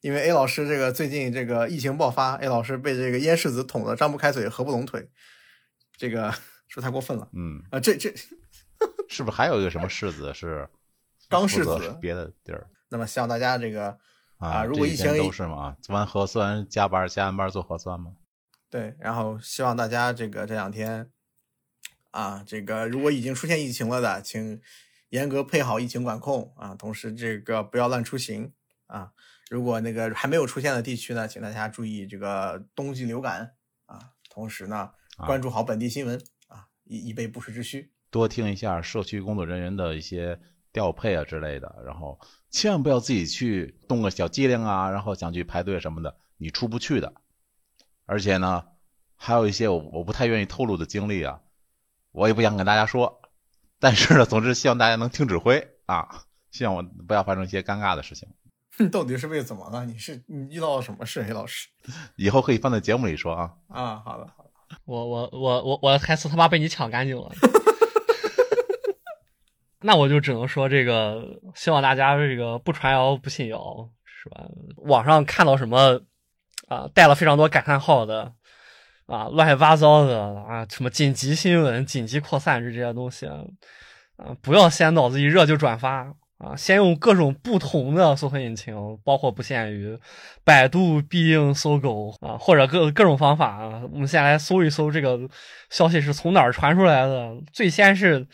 因为 A 老师这个最近这个疫情爆发，A 老师被这个燕世子捅得张不开嘴，合不拢腿，这个 是不是太过分了？嗯，啊，这这是不是还有一个什么世 子是张世负责子，别的地儿那么希望大家这个啊如这果几疫天情都是嘛啊，做完核酸加班，加完班做核酸嘛。对，然后希望大家这个这两天啊，这个如果已经出现疫情了的，请严格配好疫情管控啊，同时这个不要乱出行啊。如果那个还没有出现的地区呢，请大家注意这个冬季流感啊，同时呢啊关注好本地新闻啊，以以备不时之需。多听一下社区工作人员的一些调配啊之类的，然后千万不要自己去动个小机灵啊，然后想去排队什么的，你出不去的。而且呢，还有一些我我不太愿意透露的经历啊，我也不想跟大家说。但是呢，总之希望大家能听指挥啊， 希望我不要发生一些尴尬的事情。 到底是为怎么了？你是你遇到了什么事，黑老师？以后可以放在节目里说啊。啊，好的，好的，我我我我我的台词他妈被你抢干净了。 那我就只能说，这个希望大家这个不传谣不信谣，是吧？网上看到什么啊、带了非常多感叹号的啊，乱七八糟的啊，什么紧急新闻、紧急扩散这些东西啊，啊不要先脑子一热就转发啊，先用各种不同的搜索引擎，包括不限于百度、必应、搜狗啊，或者各各种方法啊，我们先来搜一搜这个消息是从哪儿传出来的，最先是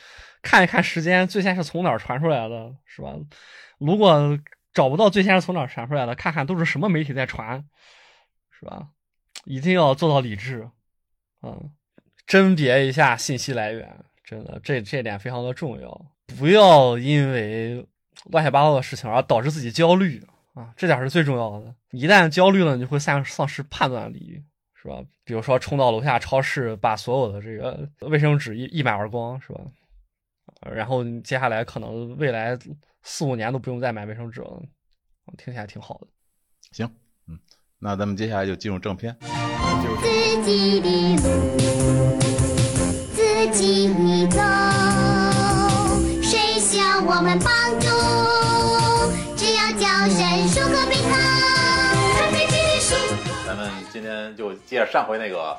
看一看时间，最先是从哪儿传出来的，是吧？如果找不到最先是从哪儿传出来的，看看都是什么媒体在传，是吧？一定要做到理智，嗯，甄别一下信息来源，真的这这点非常的重要，不要因为乱七八糟的事情而导致自己焦虑，啊，这点儿是最重要的。一旦焦虑了，你就会丧丧失判断力，是吧？比如说冲到楼下超市，把所有的这个卫生纸一一买而光，是吧？呃然后你接下来可能未来四五年都不用再买卫生纸了，听起来挺好的。行，嗯，那咱们接下来就进入正片。就是自己的路，自己走，谁向我们帮助？只要叫声舒克贝康，看这里是咱们今天就接着上回那个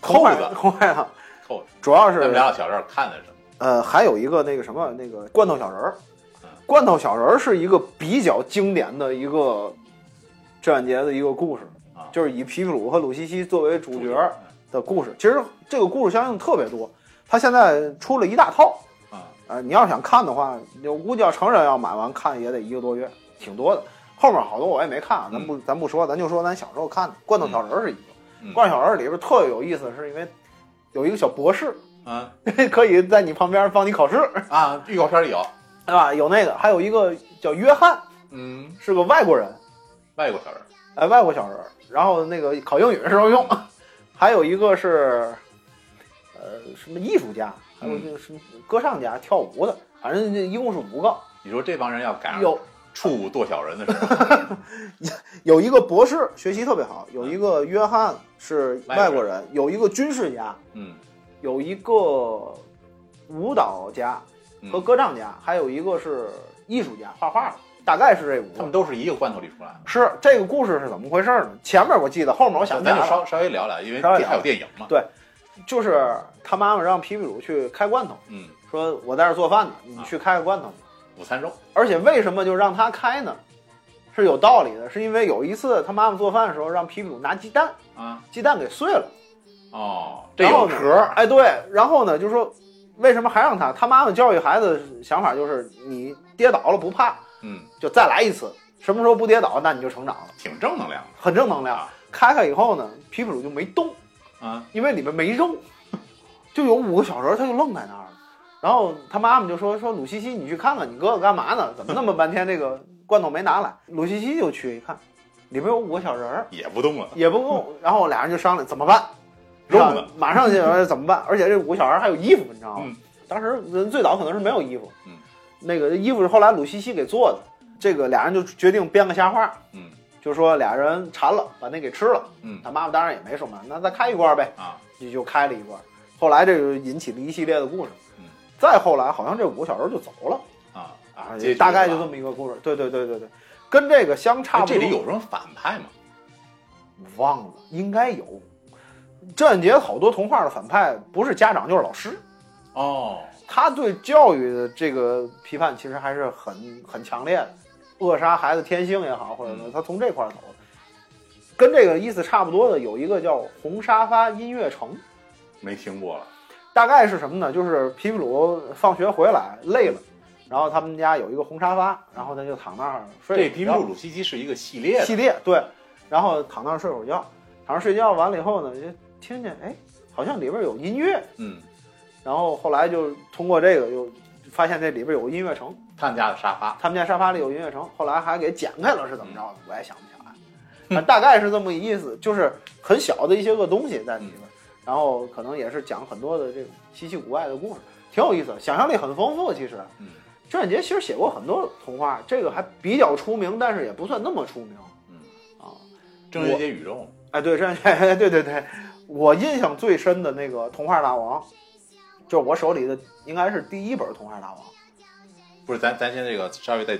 抠坏 了，抠坏了。扣子，主要是小时候看的什么？呃，还有一个那个什么那个罐头小人儿嗯，罐头小人儿是一个比较经典的一个圣诞节的一个故事啊，就是以皮皮鲁和鲁西西作为主角儿的故事。其实这个故事相应特别多，它现在出了一大套。啊，呃，你要想看的话，我估计要成人要买完看也得一个多月，挺多的。后面好多我也没看啊，咱不、咱不说，咱就说咱小时候看的《罐头小人》是一个，嗯罐头小人》里边特别有意思，是因为有一个小博士啊 可以在你旁边帮你考试，啊，预告片里有，对吧？有那个，还有一个叫约翰，嗯，是个外国人，外国小人，哎，外国小人儿，然后那个考英语的时候用， 还有一个是，呃，什么艺术家，还嗯有那个什么歌唱家、跳舞的，反正这一共是五个，你说这帮人要赶上有触舞剁小人的时候， 有一个博士学习特别好，有一个约翰是嗯外外国国人，有一个军事家，嗯，有一个舞蹈家嗯和歌唱家，还有一个是艺术家，画画的，大概是这他五们个。都是一个罐头里出来的。是这个故事是怎么回事呢？前面我记得，后面我想不起咱就来了。稍稍微聊聊，因为稍微聊还有电影嘛。对就是他妈妈让皮皮鲁去开罐头，嗯，说我在这儿做饭呢，你啊去开个罐头。午餐肉，而且为什么就让他开呢？是有道理的，是因为有一次他妈妈做饭的时候让皮皮鲁拿鸡蛋，啊，鸡蛋给碎了。哦，这然有后呢壳儿， 哎，对，然后呢，就说为什么还让他？他妈妈教育孩子的想法就是，你跌倒了不怕，嗯，就再来一次。什么时候不跌倒，那你就成长了，挺正能量很正的能量。啊开开以后呢，皮皮鲁就没动，啊，因为里面没肉，就有五个小人，他就愣在那儿了。然后他妈妈就说说鲁西西，你去看看你哥哥干嘛呢？怎么那么半天这个罐头没拿来？鲁西西就去一看，里面有五个小人儿，也不动了，也不嗯够。然后俩人就商量怎么办，肉是吧呢马上就怎么办？而且这五个小孩还有衣服，你知道吗？嗯当时人最早可能是没有衣服，嗯，那个衣服是后来鲁西西给做的。这个俩人就决定编个瞎话，嗯就说俩人馋了，把那给吃了。嗯他妈妈当然也没什么，那再开一罐呗，啊，就就开了一罐。后来这就引起了一系列的故事。嗯，再后来好像这五个小人就走了。啊啊结局，大概就这是吧么一个故事。对对对对对。跟这个相差哎不这多。里有什么反派吗？忘了，应该有。郑渊洁好多童话的反派不是家长就是老师，哦，他对教育的这个批判其实还是很很强烈的，扼杀孩子天性也好，或者说他从这块儿走的，跟这个意思差不多的有一个叫红沙发音乐城，没听过了。大概是什么呢？就是皮皮鲁放学回来累了，然后他们家有一个红沙发，然后他就躺那儿睡这了。皮皮鲁鲁西西是一个系列系的，列，对，然后躺那儿睡会儿觉，躺那儿睡觉完了以后呢，就听见哎，好像里边有音乐，嗯，然后后来就通过这个又发现这里边有个音乐城，他们家的沙发，他们家沙发里有音乐城，后来还给剪开了是怎么着的，我也想不起来，反正大概是这么个意思，就是很小的一些个东西在里边，然后可能也是讲很多的这种稀奇古怪的故事，挺有意思的，想象力很丰富，其实。嗯郑渊洁其实写过很多童话，这个还比较出名，但是也不算那么出名嗯，啊。郑渊洁宇宙，哎，对，这 对对对，我印象最深的那个《童话大王》，就是我手里的应该是第一本《童话大王》不是咱咱先这个稍微再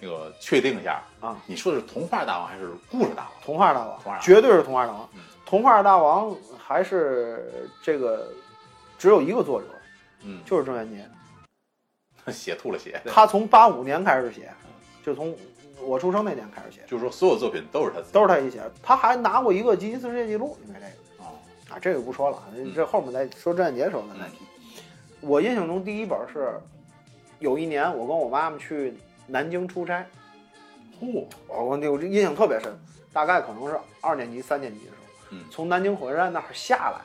那个确定一下啊，你说的是童话大王还是故事大王？ 《童话大王童话大》王绝对是《童话大王》嗯童话大王》还是这个只有一个作者，嗯，就是郑渊洁。写吐了血，他从八五年开始写，就从我出生那年开始写，就是说所有作品都是他自己都是他一起写。他还拿过一个吉尼斯世界纪录，因为这个。哦啊，这个不说了，嗯这后面再说郑渊洁的时候咱再提。我印象中第一本是，有一年我跟我妈妈去南京出差，嚯、我我那我印象特别深，大概可能是二年级、三年级的时候，嗯从南京火车站那儿下来，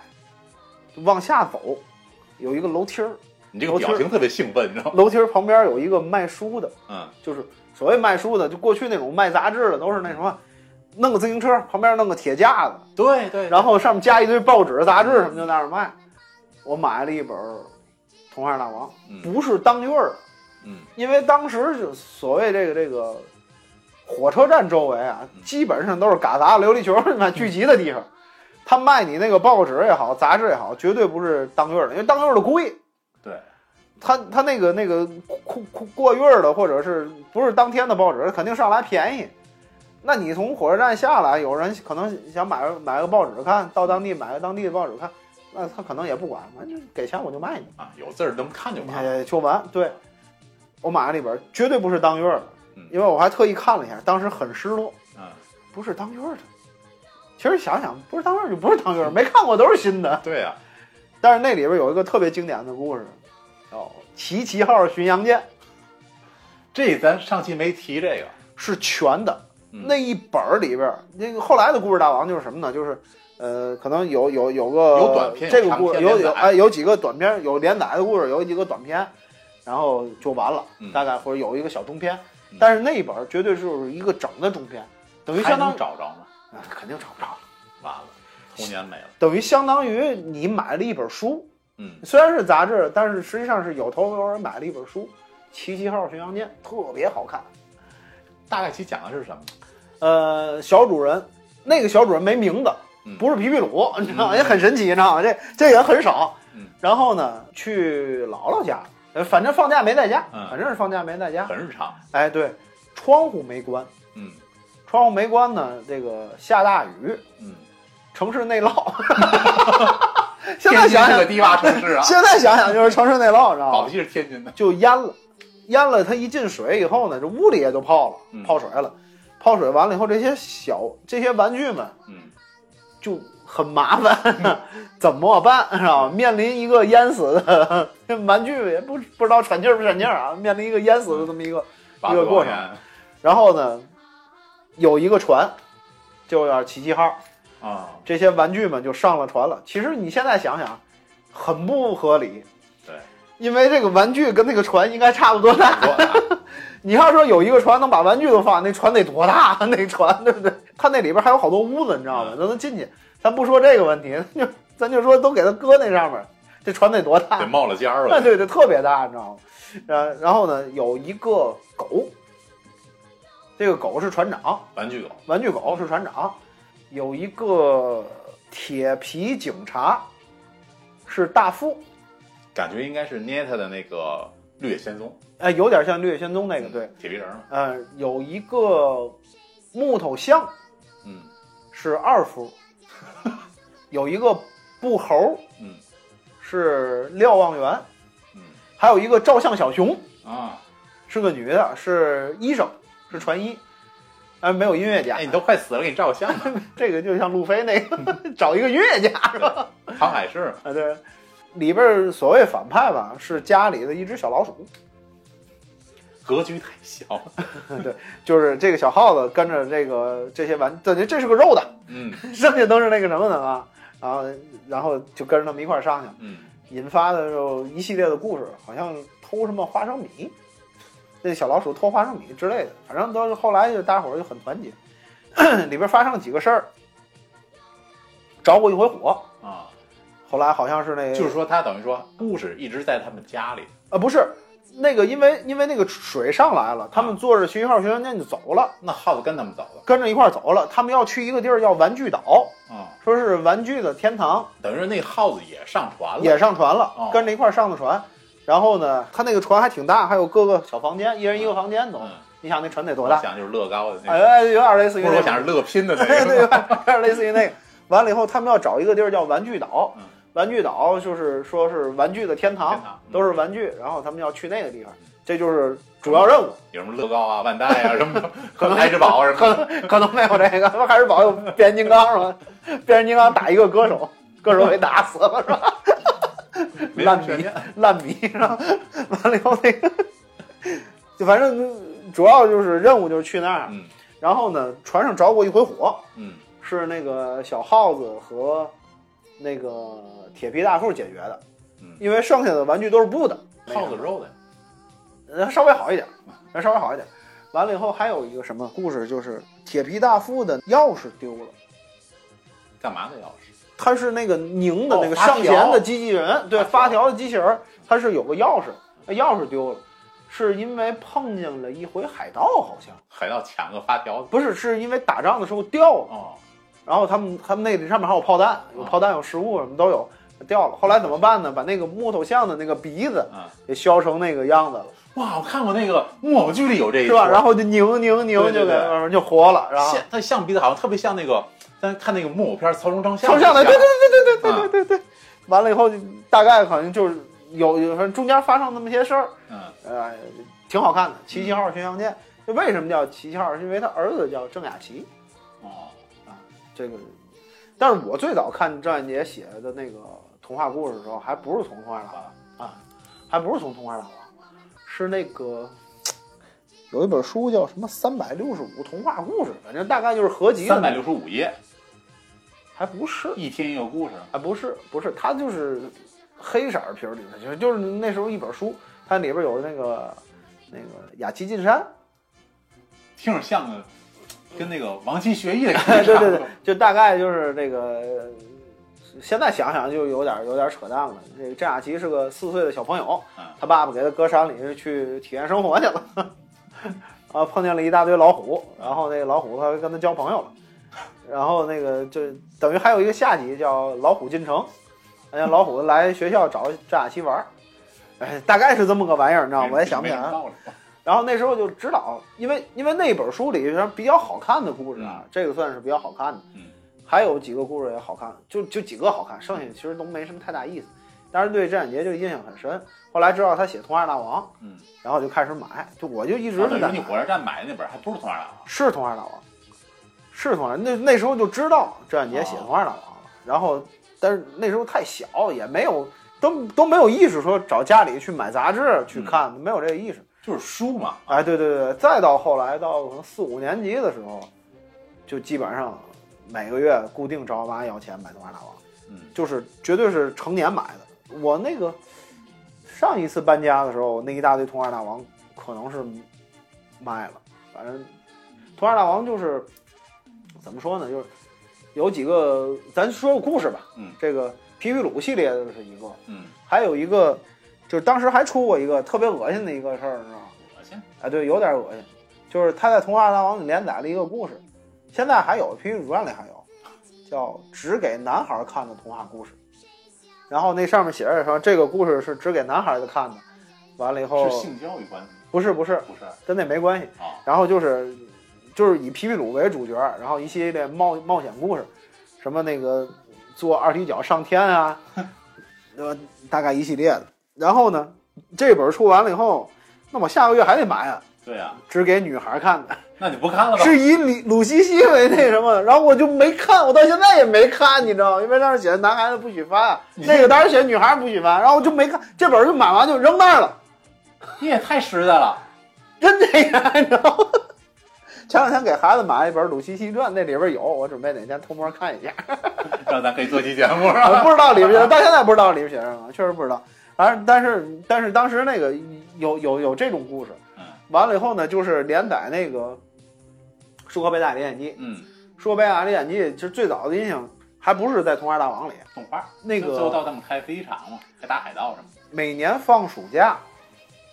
就往下走，有一个楼梯儿，你这个表情特别兴奋，你知道吗？楼梯儿旁边有一个卖书的，嗯，就是所谓卖书的，就过去那种卖杂志的都是那什么，弄个自行车旁边弄个铁架子，对对，然后上面加一堆报纸、杂志什么，就在那儿卖。我买了一本《童话大王》，嗯不是当月儿，嗯因为当时就所谓这个这个火车站周围啊，嗯基本上都是嘎达琉璃球儿聚集的地方。他卖你那个报纸也好，杂志也好，绝对不是当月儿的，因为当月儿的贵。对，他他那个那个过过过月儿的，或者是不是当天的报纸，肯定上来便宜。那你从火车站下来，有人可能想买买个报纸看，到当地买个当地的报纸看，那他可能也不管，反正就给钱我就卖你，啊，有字儿能看就你完了，看就完。对，我买了一本，绝对不是当月儿的嗯，因为我还特意看了一下，当时很失落，嗯，不是当月儿的。其实想想，不是当月儿就不是当月儿， 没看过都是新的。对啊，但是那里边有一个特别经典的故事，叫哦“齐齐号巡洋舰”。这咱上期没提这个，是全的。嗯那一本儿里边儿，那个后来的故事大王就是什么呢？就是，呃，可能有有有个有短篇这有个长故事篇有连有载哎有几个短篇，有连载的故事，有几个短篇，然后就完了，嗯大概或者有一个小中篇嗯。但是那一本儿绝对就是一个整的中篇，等于还相当能于、找着吗？啊肯定找不着了，完了，童年没了，等于相当于你买了一本书，嗯，虽然是杂志，但是实际上是有头有尾买了一本书，《齐齐号巡洋舰》特别好看。大概其讲的是什么？呃，小主人，那个小主人没名字嗯，不是皮皮鲁，你知道吗？嗯也很神奇，你知道吗？这这也很少嗯。然后呢，去姥姥家，呃反正放假没在家，嗯反正是放假没在家。很日常，哎，对，窗户没关，嗯窗户没关呢，这个下大雨，嗯，城市内涝。 现在想 天津是想个，低洼城市啊，现在想想就是城市内涝，你知道吗保不？齐是天津的，就淹了，淹了它一进水以后呢，这屋里也就泡嗯了，泡水了，泡水完了以后，这些小这些玩具们。嗯就很麻烦， 怎么办是吧？面临一个淹死的玩具，也不不知道喘气儿不喘气儿啊， 面临一个淹死的这么一个。八一个过程然后呢，有一个船，就叫齐齐号，啊，这些玩具们就上了船了。其实你现在想想，很不合理，对，因为这个玩具跟那个船应该差不多大。我你要说有一个船能把玩具都放，那船得多大？那船对不对？它那里边还有好多屋子，你知道吗嗯？都能进去。咱不说这个问题，就咱就说都给它搁那上面，这船得多得大？冒了尖儿那 了，对对，特别大，你知道吗？然然后呢，有一个狗，这个狗是船长，玩具狗，玩具狗是船长，有一个铁皮警察是大副，感觉应该是捏他的那个绿野仙踪，哎，有点像绿野仙踪那个，对，铁皮人嘛，呃，有一个木头像嗯是二 夫，有一个布猴嗯是瞭望员，嗯还有一个照相小熊啊，是个女的，是医生，是传医，哎，没有音乐家，哎，你都快死了，给你照个相 吧。这个就像路飞那 个找一个音乐家航海士啊，对，里边儿所谓反派吧，是家里的一只小老鼠，格局太小，就是这个小耗子跟着这个这些玩，等于这是个肉的，嗯剩下都是那个什么的啊，然后然后就跟着他们一块儿上去了，嗯，引发的就一系列的故事，好像偷什么花生米，那小老鼠偷花生米之类的，反正都是后来就大伙儿就很团结， 里边发生了几个事儿，着过一回火，啊，后来好像是那就是说他等于说故事一直在他们家里，啊，不是那个，因为因为那个水上来了，啊他们坐着学一号学生间就走了，那耗子跟他们走了跟着一块儿走了。他们要去一个地儿叫玩具岛，啊，说是玩具的天堂，等于说那耗子也上船了，也上船了，哦跟着一块儿上的船。然后呢，他那个船还挺大，还有各个小房间，一人一个房间都。嗯，你想那船得多我大？想就是乐高的那哎个，哎，有点类似于不是那我个想是乐拼的那对个，对， 有点类似于那 个。完了以后，他们要找一个地儿叫玩具岛嗯，玩具岛就是说是玩具的天堂，天堂嗯都是玩具。然后他们要去那个地方，这就是主要任务。有什么乐高啊、万代啊什么的，可 能爱之宝啊什么的，可能没有这个，海之宝有变形金刚是吧？变形金刚打一个歌手，歌手被打死了是吧？没烂悬米念烂米是吧？完了以后那个，就反正主要就是任务就是去那儿，嗯然后呢，船上着过一回火，嗯是那个小耗子和那个铁皮大树解决的嗯，因为剩下的玩具都是布的，耗子肉的，呃，稍微好一点，呃稍微好一点。完了以后还有一个什么故事，就是铁皮大富的钥匙丢了。干嘛的钥匙？它是那个拧的哦那个发上条弦的机器人，对，发条发条的机器人，它是有个钥匙，那钥匙丢了，是因为碰见了一回海盗，好像海盗抢个发条不是，是因为打仗的时候掉了，哦，然后他们他们那里上面还有炮弹，啊有炮弹有食物什么都有，掉了。后来怎么办呢？把那个木头像的那个鼻子嗯，给削成那个样子了，哇，我看过那个木偶剧里有这一是吧？出然后就拧拧拧，对对就给对慢慢就活了，然后像它像鼻子好像特别像那个，咱看那个木偶片《曹冲张相》抽象的，像对对对对对对对对对，完了以后就大概好像就是有有反正中间发生那么些事儿。嗯呃，挺好看的。齐齐哈尔巡洋舰，就为什么叫齐齐哈尔？是因为他儿子叫郑雅琪。哦，这个，但是我最早看郑渊洁写的那个童话故事的时候，还不是从《童话大王》啊，还不是从《童话大王》，是那个有一本书叫什么《三百六十五童话故事》，反正大概就是合集的三那百个，六十五页，还不是一天一个故事，啊，不是不是，它就是黑色儿皮儿里的，就是就是那时候一本书，它里边有那个那个雅琪进山。听着像个跟那个亡妻学艺的对感 觉对对，就大概就是这个，现在想想就有点有点扯淡了。这个郑雅琪是个四岁的小朋友嗯，他爸爸给他搁山里去体验生活去了， 啊，碰见了一大堆老虎，然后那个老虎他跟他交朋友了，然后那个就等于还有一个下集叫《老虎进城》，人家老虎来学校找郑雅琪玩儿，哎，大概是这么个玩意儿，你知啊道吗？我也想不起来没了啊什么。道理然后那时候就知道，因为因为那本书里边比较好看的故事啊，这个算是比较好看的。嗯，还有几个故事也好看，就就几个好看，剩下其实都没什么太大意思。但是对郑渊洁就印象很深，后来知道他写《童话大王》，嗯，然后就开始买，就我就一直然后是等在于你火车站买的那本还不是《童话大王》，是《童话大王》，是《童话》那那时候就知道郑渊洁哦写《童话大王》了。然后，但是那时候太小，也没有都都没有意识说找家里去买杂志嗯去看，没有这个意识。就是书 嘛，哎，对对对，再到后来到可能四五年级的时候，就基本上每个月固定找我妈要钱买《童话大王》，嗯就是绝对是成年买的。我那个上一次搬家的时候，那一大堆《童话大王》可能是卖了，反正《童话大王》就是怎么说呢，就是有几个，咱说个故事吧，嗯这个皮皮鲁系列的是一个，嗯，还有一个就是当时还出过一个特别恶心的一个事儿，你知道吗？我先啊，对，有点恶心。就是他在《童话大王》里连载了一个故事，现在还有《皮皮主传》里还有，叫“只给男孩看的童话故事”。然后那上面写着说，这个故事是只给男孩子看的，完了以后是性教育关系，不是不是，不是啊跟那没关系。然后就是就是以皮皮鲁为主角，然后一系列冒冒险故事，什么那个坐二踢脚上天 啊，呃，大概一系列的。然后呢，这本出完了以后，那我下个月还得买啊，对呀、只给女孩看的，那你不看了吧？是以李鲁西西为那什么，然后我就没看，我到现在也没看，你知道吗？因为当时写的男孩子不许翻，那个当时写女孩不许翻，然后我就没看，这本就买完就扔那儿了。你也太实在了。 真这样， 你知道吗？前两天给孩子买了一本《鲁西西传》，那里边有，我准备哪天偷摸看一下。让咱可以做期节目 啊。我不知道里边写，到现在不知道里边写什么，确实不知道。反正但是但是当时那个有有有这种故事嗯，完了以后呢，就是连载那个舒克贝塔历险记，嗯，舒克贝塔历险记其实最早的印象还不是在《童话大王》里，动画那个最后到他们开飞机场嘛，开大海盗什么的。每年放暑假，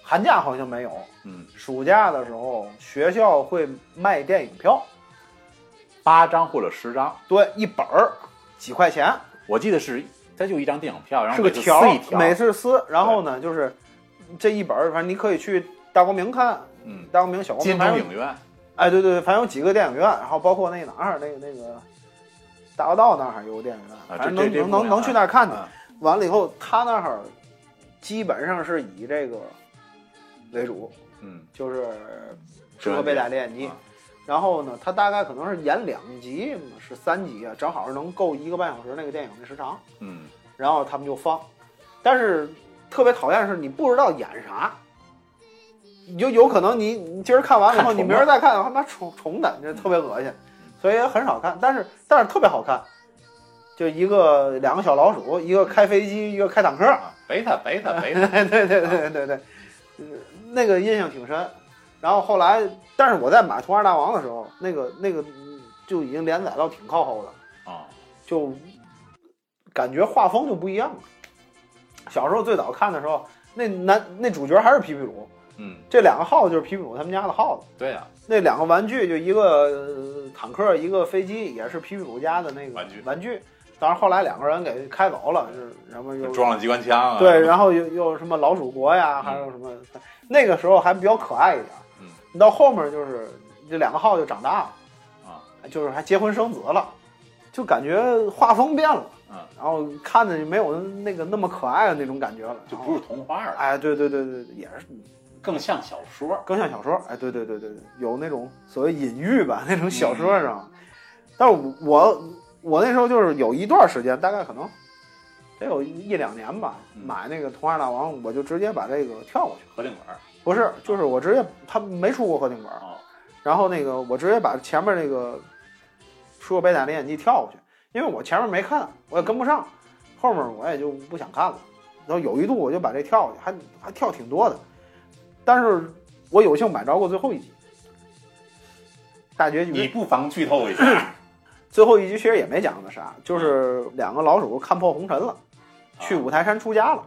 寒假好像没有，嗯，暑假的时候学校会卖电影票，八张或者十张，对，一本儿几块钱，我记得是它就一张电影票，然是后个每次条撕一儿，条，每次撕。然后呢，就是这一本儿，反正你可以去大光明看，嗯，大光明、小光金明，反钟正影院啊哎，对对对，反正有几个电影院，然后包括那哪儿，那个那个大河道那儿有个电影院，啊，反这正这能这能能能去那儿看去。啊完了以后，他那儿基本上是以这个为主，嗯，就是适合被打练机啊。然后呢，他大概可能是演两集，是三集啊，正好是能够一个半小时那个电影的时长。嗯，然后他们就放。但是特别讨厌的是，你不知道演啥，你就有可能你你今儿看完了以后，看重你的明儿再看，他妈重重的，这特别恶心，所以也很少看。但是但是特别好看，就一个两个小老鼠，一个开飞机，一个开坦克，啊，贝塔贝塔 贝塔，对对对对对对，呃那个印象挺深。然后后来，但是我在买《童话大王》的时候，那个那个嗯就已经连载到挺靠后的，啊，就感觉画风就不一样了。小时候最早看的时候，那男那主角还是皮皮鲁，嗯，这两个耗子就是皮皮鲁他们家的耗子。对啊，那两个玩具就一个、呃坦克，一个飞机，也是皮皮鲁家的那个玩具玩具。当然后来两个人给开走了，就是什么又装了机关枪啊，对，然后又又什么老鼠国呀，嗯还有什么，那个时候还比较可爱一点。嗯，你到后面就是这两个号就长大了，啊，就是还结婚生子了，就感觉画风变了，嗯，然后看着就没有那个那么可爱的那种感觉了，就然后不是童话了，哎，对对对对，也是更像小说。更像小说，哎，对对对对对，有那种所谓隐喻吧，那种小说上。但是我我那时候就是有一段时间，大概可能得有一两年吧，嗯买那个《童话大王》，我就直接把这个跳过去了。合订本儿不是，就是我直接他没出过合订本儿，啊，然后那个我直接把前面那个《舒克贝塔历险记》跳过去，因为我前面没看，我也跟不上，后面我也就不想看了。然后有一度我就把这跳过去，还还跳挺多的，但是我有幸买着过最后一集，大结你局。不妨剧透一嗯下，啊最后一集其实也没讲的啥，就是两个老鼠看破红尘了，去啊五台山出家了。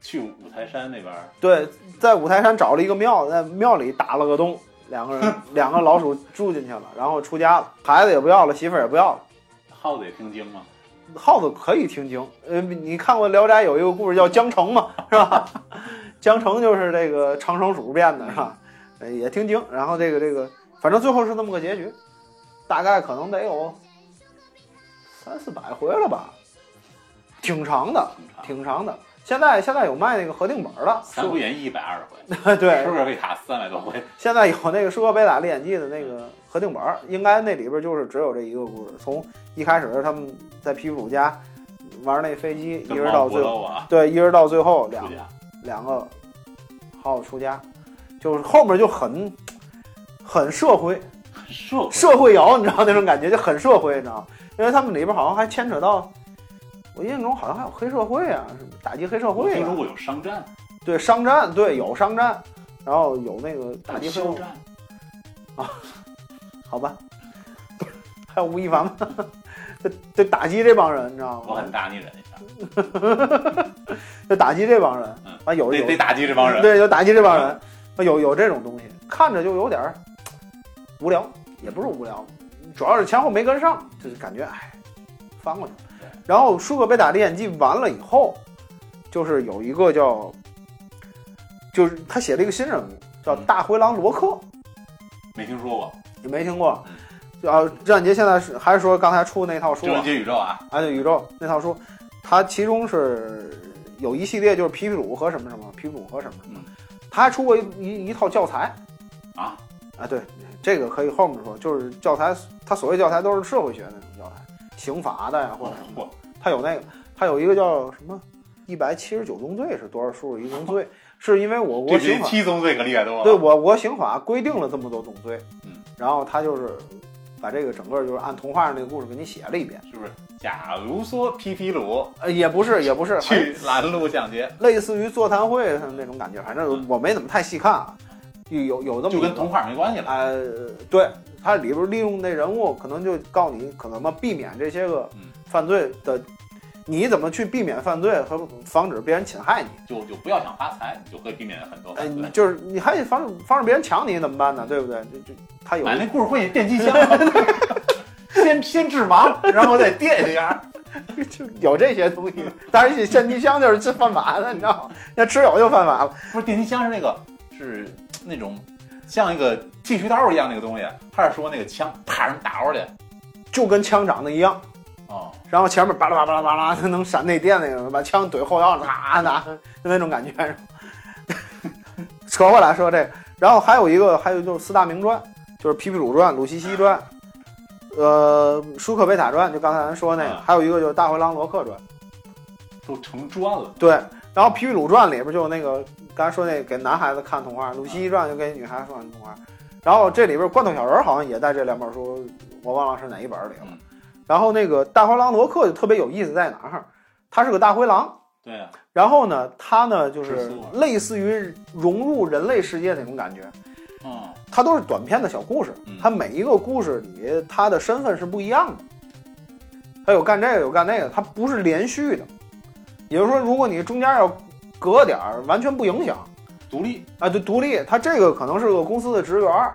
去五台山那边儿，对，在五台山找了一个庙，在庙里打了个洞，两个人两个老鼠住进去了，然后出家了，孩子也不要了，媳妇儿也不要了。耗子也听经吗？耗子可以听经，呃，你看过《聊斋》有一个故事叫江城嘛， 是吧？江城就是这个长生鼠变的，是吧？呃也听经，然后这个这个，反正最后是那么个结局，大概可能得有三四百回了吧，挺长的，挺长。挺长的。现在现在有卖那个合订本的， 《三国演义》一百二十回， 对是，不是被卡四百多回？现在有那个《舒克贝塔历险记》的那个合订本儿，应该那里边就是只有这一个故事，从一开始他们在皮普家玩那飞机，一跟直王到国最后，斗啊，对，一直到最后两出家两个耗子出家，就是后面就很很社会社会社会啊摇，你知道那种感觉就很社会，你知道吗，因为他们里边好像还牵扯到，我印象中好像还有黑社会啊，什么打击黑社我会、听说啊，过有商战、对，商战，对，有商战，然后有那个打击黑社休会。战，好吧， 还有吴亦凡吗？ 得得打击这帮人，你知道我吗很？大逆忍一下，得打击这帮人嗯啊，有得有得打击这帮人。嗯对，就打击这帮人，啊有有这种东西，看着就有点儿无聊，也不是无聊，主要是前后没跟上，就是感觉哎，翻过去了。然后《舒克贝塔历险记》完了以后，就是有一个叫就是他写了一个新人物，叫嗯大灰狼罗克，没听说过你没听过？嗯啊，郑渊洁现在是还是说刚才出那套《书周啊人？杰宇宙》啊，啊，对，宇宙那套书，它其中是有一系列就是皮皮鲁和什么什么，皮皮鲁和什么什么嗯，他还出过一一一套教材啊啊，对，这个可以后面说，就是教材，他所谓教材都是社会学的那种教材，刑罚的呀或我者什么，我他有那个，他有一个叫什么一百七十九宗罪是多少数一宗罪，是因为我国这刑这法七宗罪可厉害多了。对我国刑法规定了这么多种罪，啊嗯，然后他就是把这个整个就是按童话上那个故事给你写了一遍，是不是？假如说皮皮鲁呃，也不是也不是， 去拦路抢劫，类似于座谈会上那种感觉，反正我没怎么太细看啊，有有有这么嗯就跟一个童话没关系了。呃，对，它里边利用那人物，可能就告你可能嘛避免这些个嗯犯罪的，你怎么去避免犯罪和防止别人侵害你？就就不要想发财，你就会避免很多哎，犯你罪。就是你还得防止防止别人抢你怎么办呢？对不对？就就他有买那故事会电 击枪，先先致盲，然后再电一下。 就有这些东西，当然现金枪就是这犯法的，你知道吗？那吃有就犯法了。 不是电击枪是那个是那种像一个剃须刀一样那个东西，他是说那个枪啪人打过去。就跟枪长得一样，哦，然后前面巴拉巴拉巴拉巴 拉，能闪内电那个，把枪怼后腰，拿拿，就那种感觉。 然后扯回来说这个，然后还有一个，还有就是四大名传，就是皮皮鲁传、鲁西西传，呃，舒克贝塔传，就刚才咱说那个，嗯还有一个就是大灰狼罗克传。都成专了。对，然后《皮皮鲁传》里边就有那个刚才说那给男孩子看童话，《鲁西西传》就给女孩子看童话，然后这里边罐头小人儿好像也在这两本书，我忘了是哪一本里了嗯。然后那个大灰狼罗克就特别有意思在哪儿？他是个大灰狼，对啊，然后呢，他呢就是吃素啊类似于融入人类世界那种感觉，嗯，它都是短篇的小故事嗯，它每一个故事里它的身份是不一样的，它有干这个有干那个，它不是连续的，也就是说，如果你中间要隔点儿，完全不影响独立啊，就独立，它这个可能是个公司的职员儿，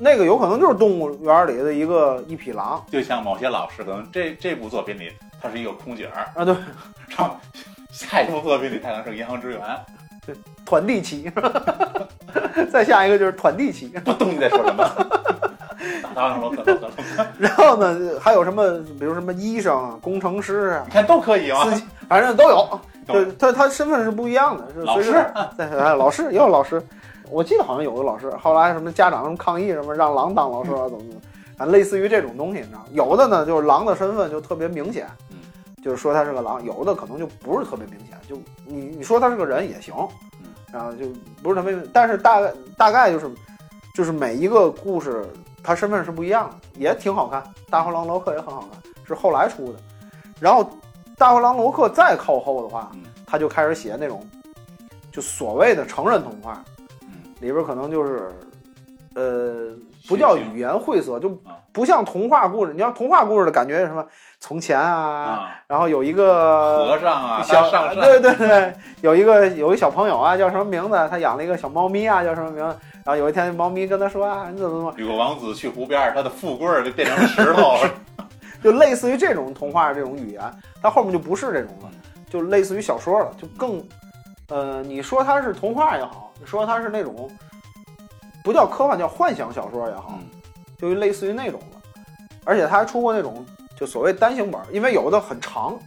那个有可能就是动物园里的一个 一匹狼就像某些老师，可能这这部作品里他是一个空姐儿，啊，对，然后下一部作品里他可能是个银行职员，团地棋，再下一个就是团地棋，不懂你在说什么。 打打完了，可能可能 然后呢，还有什么，比如什么医生啊、工程师啊你，看都可以啊。司机，反正都有。懂对，他他身份是不一样的，是老随时师，对，哎老师也有老师，我记得好像有个老师，后来什么家长什么抗议什么让狼当老师嗯啊，怎么怎么，啊，类似于这种东西，你知道吗？有的呢就是狼的身份就特别明显，嗯，就是说他是个狼，有的可能就不是特别明显，就你你说他是个人也行，嗯，然后就不是特别明，但是大概大概就是就是每一个故事他身份是不一样的，也挺好看，《大灰狼罗克》也很好看，是后来出的，然后《大灰狼罗克》再靠后的话嗯，他就开始写那种。就所谓的成人童话，嗯，里边可能就是，呃，血不叫腥语言晦涩，就啊不像童话故事。你要童话故事的感觉是什么？从前啊，啊，然后有一个和 尚啊，小呃他上山对对对，有一个有一小朋友啊，叫什么名字？他养了一个小猫咪啊，叫什么名字？然后有一天，猫咪跟他说啊，你怎么怎么，有个王子去湖边儿，他的富贵儿就变成石头 了。就类似于这种童话这种语言，它后面就不是这种了，就类似于小说了，就更，呃，你说它是童话也好，你说它是那种不叫科幻叫幻想小说也好，嗯，就类似于那种了。而且他还出过那种就所谓单行本儿，因为有的很长，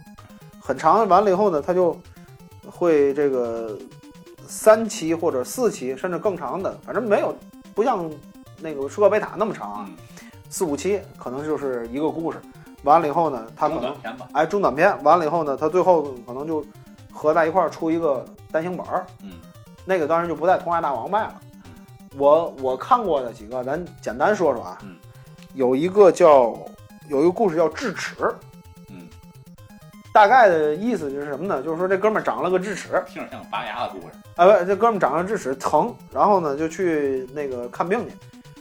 很长，完了以后呢，他就会这个三期或者四期，甚至更长的，反正没有不像那个舒克贝塔那么长啊，四五期可能就是一个故事。完了以后呢，他可中能短篇吧。哎中短篇，完了以后呢，他最后可能就合在一块儿出一个单行本儿，嗯，那个当然就不在童话大王卖了嗯。我我看过的几个，咱简单说说啊。嗯有一个叫有一个故事叫智齿，嗯，大概的意思就是什么呢？就是说这哥们儿长了个智齿，啊、听着像拔牙的故事，呃，不，这哥们儿长了智齿疼，然后呢就去那个看病去，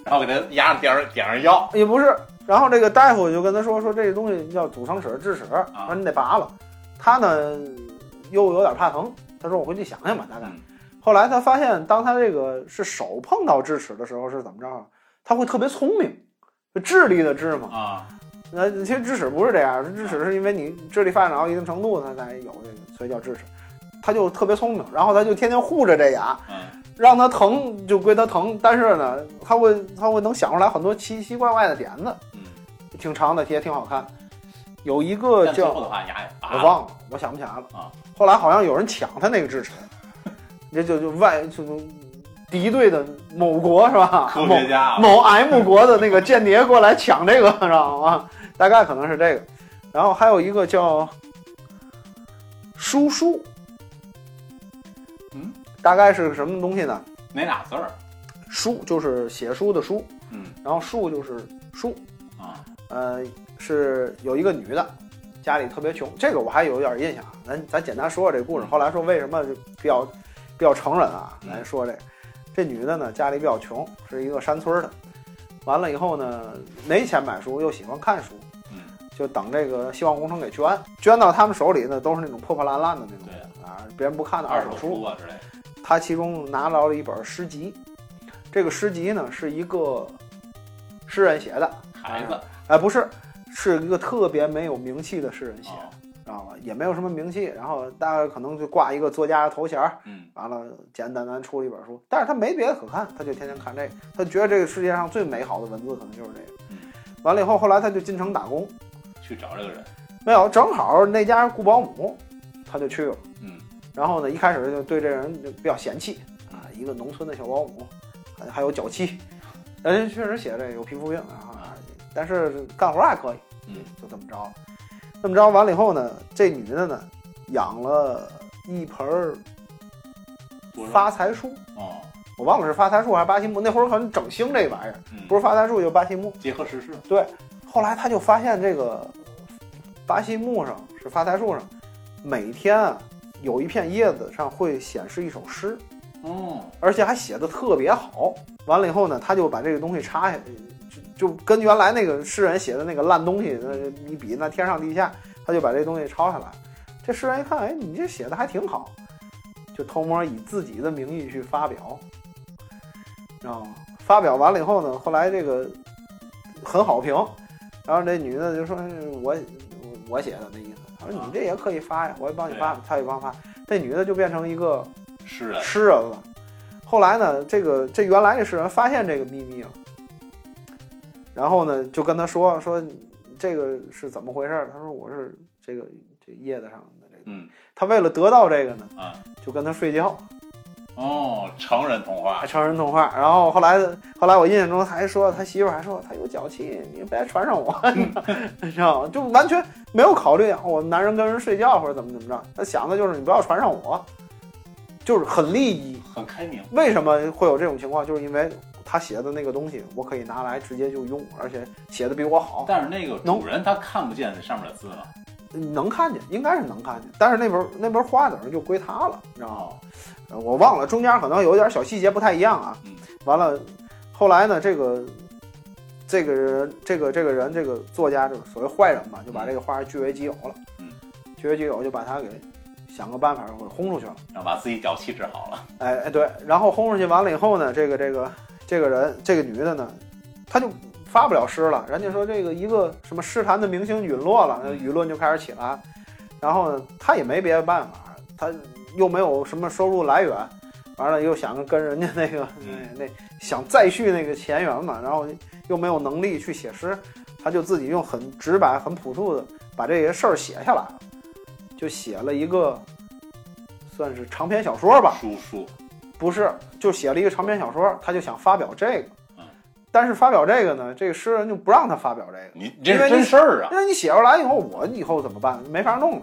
然后给他牙上点上点上药，也不是。然后这个大夫就跟他说说这东西叫组成齿智齿，啊说你得拔了。他呢又有点怕疼，他说我回去想想吧，大概。嗯后来他发现，当他这个是手碰到智齿的时候是怎么着啊？他会特别聪明，就智力的智嘛。啊，那其实智齿不是这样，智齿是因为你智力发展到一定程度，它才有这个，所以叫智齿。他就特别聪明，然后他就天天护着这牙，嗯，让他疼就归他疼，但是呢，他会他会能想出来很多奇奇怪怪的点子，嗯，挺长的，也挺好看。有一但个最叫后的话，牙也我啊，忘了，我想不起来了啊。后来好像有人抢他那个制 程，这就就外就就敌对的某国是吧？科某学家啊，某 M 国的那个间谍过来抢这个，知 道吗？大概可能是这个。然后还有一个叫叔叔，嗯，大概是什么东西呢？哪俩字儿？书就是写书的书，嗯然后树就是书，啊，呃，是有一个女的，家里特别穷，这个我还有点印象啊。咱咱简单说说这故事。后来说为什么就比较比较成人啊？嗯咱说这个这女的呢，家里比较穷，是一个山村的。完了以后呢，没钱买书，又喜欢看书，嗯，就等这个希望工程给捐，捐到他们手里呢，都是那种破破烂烂的那种对啊，别人不看的二二手手书书。啊之类的，他其中拿到了一本诗集，这个诗集呢是一个诗人写的，孩子哎，不是，是一个特别没有名气的诗人写的，啊，知道吗？也没有什么名气，然后大概可能就挂一个作家的头衔儿，嗯完了简简单单出了一本书，但是他没别的可看，他就天天看这个，他觉得这个世界上最美好的文字可能就是这个嗯。完了以后，后来他就进城打工，去找这个人，没有，正好那家雇保姆，他就去了。嗯然后呢，一开始就对这人就比较嫌弃啊，一个农村的小保姆，还还有脚气，嗯人家确实写这有皮肤病啊，但是干活还可以，嗯就这么着了。这么着完了以后呢，这女的呢养了一盆儿多少发财树，哦，我忘了是发财树还是巴西木，那会儿可能整兴这玩意儿，嗯，不是发财树就是巴西木。结合时事，后来她就发现这个巴西木上是发财树上，每天啊有一片叶子上会显示一首诗，哦，而且还写的特别好。完了以后呢，他就把这个东西插下，就就跟原来那个诗人写的那个烂东西那一比，那天上地下，他就把这东西抄下来。这诗人一看，哎，你这写的还挺好，就偷摸以自己的名义去发表，知道吗？发表完了以后呢，后来这个很好评，然后这女的就说：“我我我写的那意思。”他说：“你这也可以发呀，我也帮你发，他也帮发。”这女的就变成一个诗人，诗人了。后来呢，这个这原来这诗人发现这个秘密了，然后呢就跟他说说这个是怎么回事儿？他说我是这个这叶子上的这个。嗯他为了得到这个呢，啊，就跟他睡觉，哦，成人童话还，成人童话。然后后来后来我印象中还说他媳妇儿还说他有脚气，你别传上 我，你知道吗？就完全没有考虑哦我男人跟人睡觉或者怎么怎么着，他想的就是你不要传上我，就是很利益。很开明，为什么会有这种情况？就是因为他写的那个东西，我可以拿来直接就用，而且写的比我好，但是那个能主人他看不见那上面的字嘛，能看见，应该是能看见。但是那本那本花等就归他了，你知道吗？哦，呃我忘了中间可能有点小细节不太一样啊。嗯完了，后来呢，这个这个人这个这个人这个作家就是所谓坏人嘛，就把这个花据为己有了。嗯，据为己有就把他给想个办法给轰出去了。然后把自己脚气治好了，哎哎，对，然后轰出去完了以后呢，这个这个这个人这个女的呢，她就发不了诗了。人家说这个一个什么诗坛的明星陨落了，那嗯舆论就开始起来。然后呢，她也没别的办法，她又没有什么收入来源，完了又想跟人家那个嗯那那想再续那个前缘嘛，然后又没有能力去写诗，她就自己用很直白、很朴素的把这些事儿写下来了，就写了一个算是长篇小说吧。叔叔，不是，就写了一个长篇小说，他就想发表这个嗯，但是发表这个呢，这个诗人就不让他发表这个，你你这因为是你真事儿啊，因为你写出来以后，我以后怎么办？没法弄了。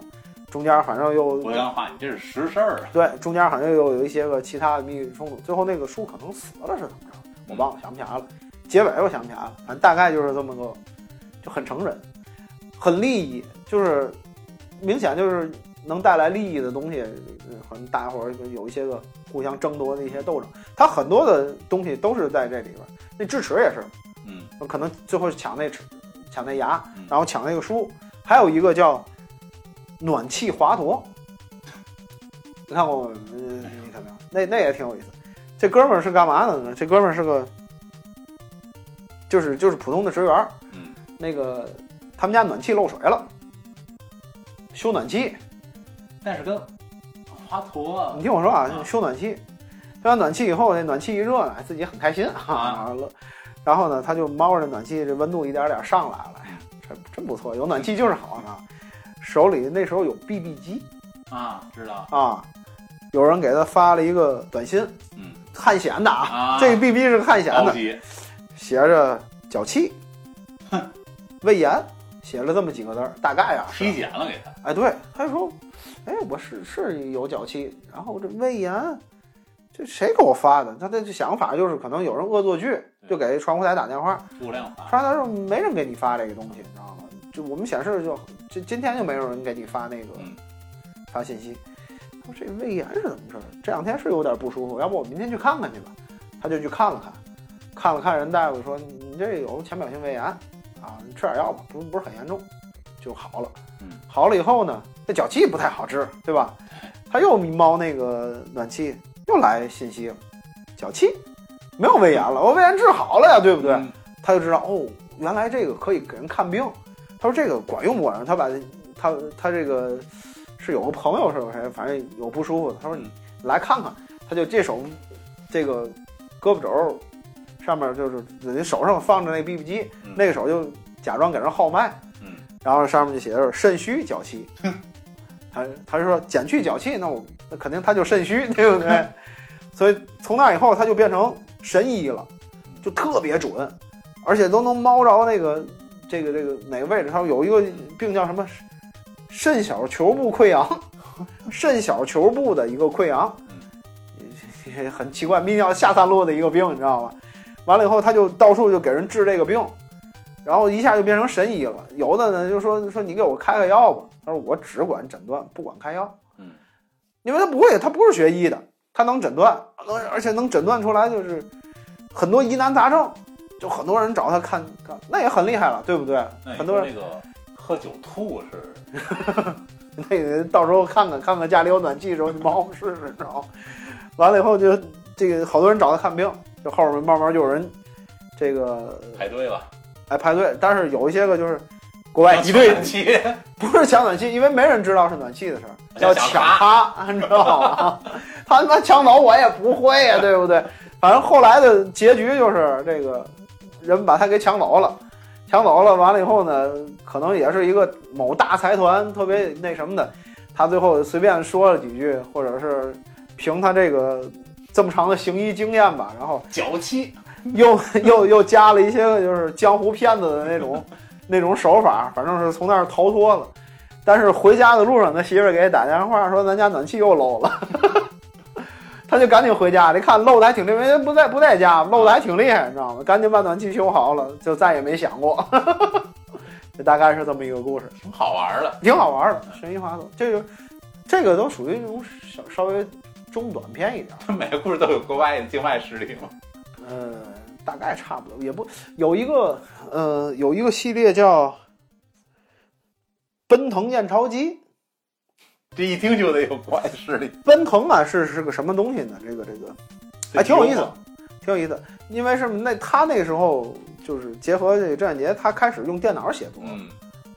中间反正又不像话，你这是实事儿啊，对，中间好像又有一些个其他的秘密冲突，最后那个书可能死了是怎么着？我忘了，想不起来了。结尾我想不起来了，反正大概就是这么个，就很成人，很利益，就是明显就是能带来利益的东西，呃好像大家伙儿有一些个互相争夺的一些斗争。它很多的东西都是在这里边儿，那智齿也是，嗯可能最后抢那齿，抢那牙嗯，然后抢那个书，还有一个叫暖气华佗，你看过吗？呃你看没有？呃那那也挺有意思。这哥们儿是干嘛的呢？这哥们儿是个，就是就是普通的职员儿，嗯，那个他们家暖气漏水了，修暖气。但是跟华佗你听我说啊啊，修暖气，装上暖气以后，那暖气一热呢，自己很开心啊 啊。然后呢，他就猫着暖气，这温度一点点上来了，嗯哎呀真真不错，有暖气就是好啊。手里那时候有 BB 机啊，知道，啊，有人给他发了一个短信，嗯，汉显的啊，啊，这个 BB 是个汉显高的，级，写着脚气、 胃炎，写了这么几个字儿，大概啊是体检了给他，哎，对，他就说，哎，我是是有脚气，然后我这胃炎，这谁给我发的？他的这想法就是可能有人恶作剧，就给传呼台打电话，互联网发传呼台说没人给你发这个东西，你知道吗？就我们显示就今今天就没有人给你发那个嗯发信息。他说这胃炎是怎么回事儿？这两天是有点不舒服，要不我明天去看看去吧。他就去看了看，看了看人大夫说你这有浅表性胃炎啊，你吃点药吧，不不是很严重，就好了。嗯，好了以后呢，这脚气不太好治，对 吧？他又猫那个暖气，又来信息，脚气没有胃炎了，我胃炎治好了呀，对不对？嗯他就知道哦，原来这个可以给人看病。他说这个管用不管用？他把他他这个是有个朋友是吧？反正有不舒服的，他说你来看看，他就这手这个胳膊肘上面就是人手上放着那 BB 机，嗯那个手就假装给人号脉，嗯，然后上面就写着肾虚脚气。他他就说减去脚气，那我那肯定他就肾虚，对不对？ 所以从那以后他就变成神医了，就特别准，而且都能猫着那个这个这个哪个位置。他有一个病叫什么肾小球部溃疡， 肾小球部的一个溃疡，也很奇怪，泌尿下三路的一个病，你知道吗？完了以后，他就到处就给人治这个病，然后一下就变成神医了。有的呢就说说你给我开个药吧，他说我只管诊断，不管开药。嗯，因为他不会，他不是学医的，他能诊断，而而且能诊断出来就是很多疑难杂症，就很多人找他看看，那也很厉害了，对不对？ 那你很说多人这个喝酒吐是那个到时候看看看看家里有暖气的时候，你帮我试试，知道吗？完了以后就这个好多人找他看病，就后面慢慢就有人这个排队了，来排队，但是有一些个就是国啊外哎一 队气，不是抢暖气，因为没人知道是暖气的事儿，要要抢抢他，你知道吗？他他妈抢走我也不会呀、对不对？反正后来的结局就是这个人把他给抢走了，抢走了，完了以后呢，可能也是一个某大财团特别那什么的，他最后随便说了几句，或者是凭他这个这么长的行医经验吧，然后脚气，又 又又加了一些个就是江湖骗子的那种那种手法，反正是从那儿逃脱了。但是回家的路上，他媳妇儿给他打电话说咱家暖气又漏了， 他就赶紧回家。你看漏的还挺厉害，因为不在不在家，漏的还挺厉害，你知道吗？赶紧把暖气修好了，就再也没想过。 这大概是这么一个故事，挺好玩的。挺好玩的。神医滑动，这个这个都属于那种稍稍微中短篇一点儿。 每个故事都有国外的境外势力嘛。呃，大概差不多，也不有一个呃，有一个系列叫《奔腾验钞机》。这一听就得有国外势 力，奔腾啊是是个什么东西呢？这个这个还挺有意思的，挺有意思的。因为是那他那时候就是结合这个郑渊洁，他开始用电脑写作、嗯，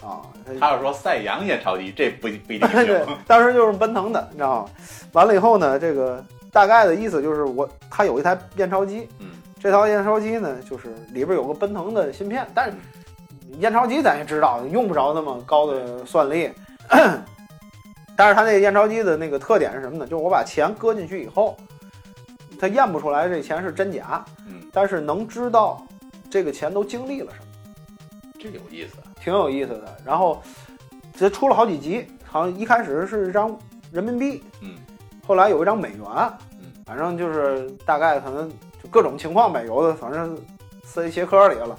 啊，他要说赛扬也超级，这不不一 定 对行。，当时就是奔腾的，你知道吗？完了以后呢，这个大概的意思就是我他有一台验钞机，嗯，这套验钞机呢，就是里边有个奔腾的芯片，但是验钞机咱也知道用不着那么高的算力。 但是它那个验钞机的那个特点是什么呢？就是我把钱搁进去以后，它验不出来这钱是真假，嗯，但是能知道这个钱都经历了什么。这有意思。挺有意思的。然后这出了好几集，好像一开始是一张人民币，嗯，后来有一张美元，嗯，反正就是大概可能就各种情况呗，有的反正塞鞋壳里了，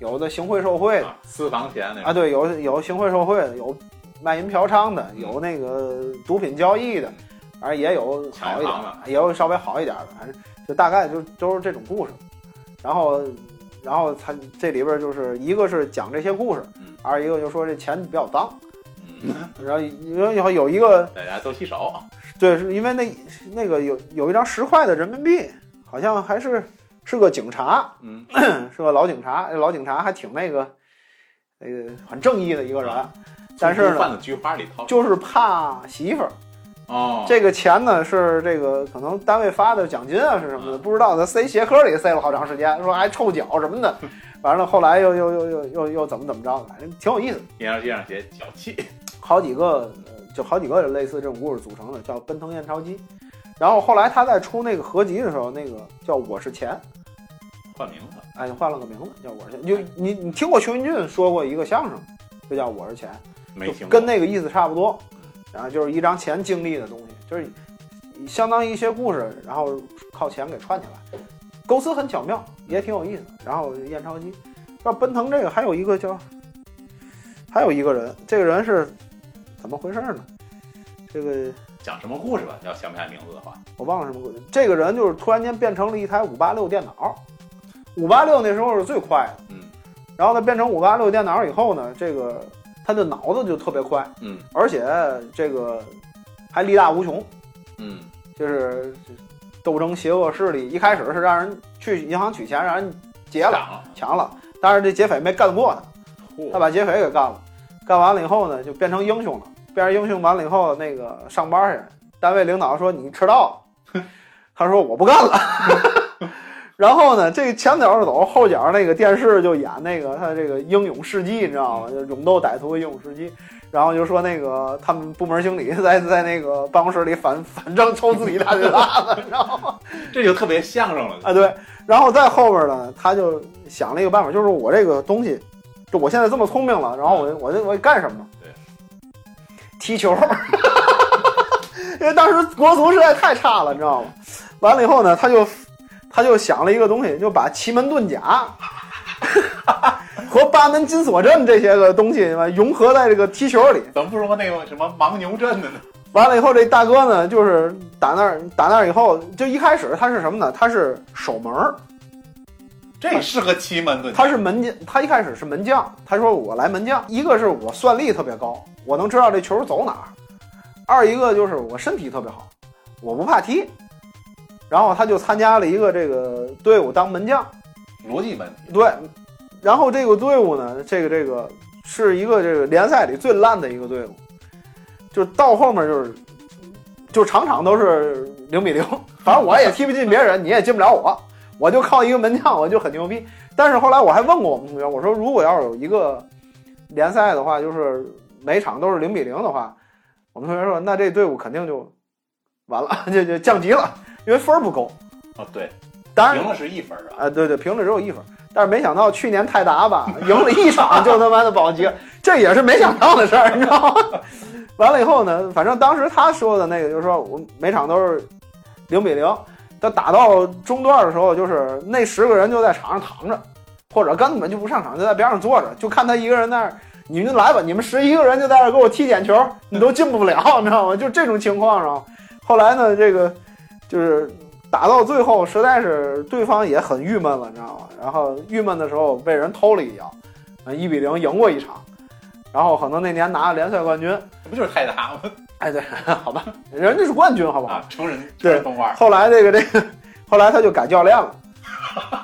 有的行贿受贿的啊私房钱那啊，种，对，有有行贿受贿的，有卖淫嫖娼的，有那个毒品交易的嗯，反正也有好一抢银点行的，也有稍微好一点的，反正就大概就都是这种故事。然后，然后他这里边就是一个是讲这些故事嗯，二一个就说这钱比较脏，嗯，然后有有有一个大家都洗手，对，是因为那那个有有一张十块的人民币，好像还是是个警察，嗯， 是个老警察，这老警察还挺那个那个很正义的一个人啊，但是呢放到菊花里头，就是怕媳妇儿，哦，这个钱呢是这个可能单位发的奖金啊，是什么的，不知道他塞鞋盒里塞了好长时间，说还臭脚什么的，完了后来又又又又又又怎么怎么着的，反正挺有意思的。也让这样写脚气，好几个，呃就好几个类似这种故事组成的，叫奔腾验钞机。然后后来他在出那个合集的时候，那个叫我是钱，换名字，哎，换了个名字叫我是钱。就你你听过邱云俊说过一个相声，就叫我是钱，没听就过跟那个意思差不多。然后就是一张钱经历的东西，就是相当于一些故事，然后靠钱给串起来，构思很巧妙，也挺有意思的。然后验钞机，要奔腾这个还有一个叫，还有一个人，这个人是怎么回事呢？这个讲什么故事吧？你要想不起来名字的话，我忘了什么故事。这个人就是突然间变成了一台五八六电脑，五八六那时候是最快的。嗯然后呢，变成五八六电脑以后呢，这个他的脑子就特别快，嗯而且这个还力大无穷，嗯就是斗争邪恶势力。一开始是让人去银行取钱，让人劫了、了，抢了，但是这劫匪没干过他，嚯他把劫匪给干了，干完了以后呢，就变成英雄了。变成英雄完了以后，那个上班去，单位领导说你迟到了， 他说我不干了。 然后呢，这前脚是走，后脚那个电视就演那个他这个英勇事迹，你知道吗？就勇斗歹徒的英勇事迹。然后就说那个他们部门经理在在那个办公室里反反正抽自己大嘴巴子，你知道吗？这就特别相声了， 啊，对，然后在后边呢，他就想了一个办法，就是我这个东西，就我现在这么聪明了，然后我我我干什么呢？对，踢球， 因为当时国足实在太差了，你知道吗？完了以后呢，他就他就想了一个东西，就把奇门遁甲和八门金锁阵这些个东西嘛融合在这个踢球里，怎么不说那个什么盲牛阵的呢？完了以后，这大哥呢，就是打那儿打那儿以后，就一开始他是什么呢？他是守门儿，这适合奇门遁甲，他是门将，他一开始是门将。他说我来门将，一个是我算力特别高，我能知道这球走哪儿；二一个就是我身体特别好，我不怕踢。然后他就参加了一个这个队伍当门将，逻辑问题，对。然后这个队伍呢，这个这个是一个这个联赛里最烂的一个队伍，就到后面就是就场场都是零比零，反正我也踢不进别人，你也进不了我，我就靠一个门将我就很牛逼。但是后来我还问过我们同学，我说如果要是有一个联赛的话，就是每场都是零比零的话，我们同学说那这队伍肯定就完了， 就就降级了，因为分儿不够。啊哦对，当然赢了是一分啊，啊，对对，平了只有一分。但是没想到去年泰达吧，赢了一场就他妈的保级了，这也是没想到的事儿，你知道吗？ 完了以后呢，反正当时他说的那个就是说我每场都是零比零，但打到中段的时候，就是那十个人就在场上躺着，或者根本就不上场，就在边上坐着，就看他一个人那儿。你们就来吧，你们十一个人就在这儿给我踢点球，你都进不了，你知道吗？就这种情况上，后来呢，这个就是打到最后，实在是对方也很郁闷了，你知道吗？然后郁闷的时候被人偷了一脚，一比零赢过一场，然后可能那年拿了联赛冠军。这不就是泰达吗？哎，对，好吧，人家是冠军，好 不好？啊，成人成对人动画，后来这个这个，后来他就改教练了，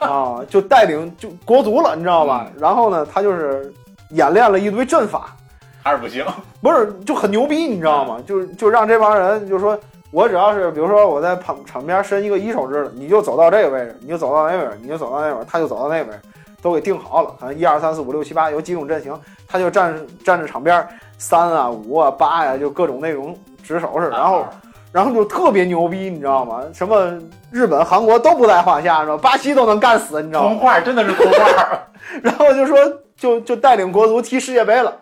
啊，就带领就国足了，你知道吧？然后呢，他就是演练了一堆阵法，还是不行，不是就很牛逼，你知道吗？就就让这帮人就说，我只要是比如说我在旁场边伸一个一手指头，你就走到这个位置，你就走到那位置，你就走到那位置，他就走到那位置，都给定好了。可能一二三四五六七八有几种阵型，他就站站着场边三啊五啊八呀、就各种那种指手势，然后然后就特别牛逼，你知道吗？什么日本、韩国都不在话下，是吧？巴西都能干死，你知道吗动？画真的是 动画，然后就说就就带领国足踢世界杯了。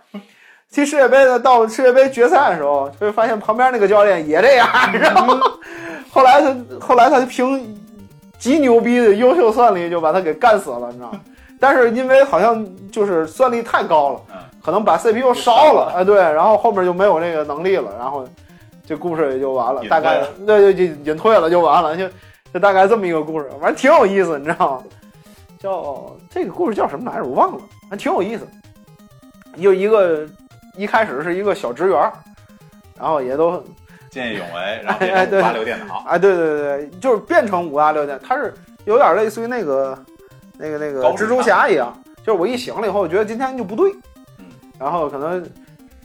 踢世界杯呢，到世界杯决赛的时候，就会发现旁边那个教练也这样。然后后来他后来他就凭极牛逼的优秀算力就把他给干死了，你知道吗？但是因为好像就是算力太高了嗯，可能把 CPU 烧了，啊对，然后后面就没有那个能力了，然后这故事也就完了隐，退大概了对对就隐退了就完了，就就大概这么一个故事，反正挺有意思，你知道吗？叫这个故事叫什么来着？我忘了，还挺有意思。就一个一开始是一个小职员儿，然后也都见义勇为，然后哎哎变对成八六电脑，啊，对对对，就是变成五大六的，它是有点类似于那个那个那个高智蜘蛛商侠一样，就是我一醒了以后，我觉得今天就不对嗯，然后可能。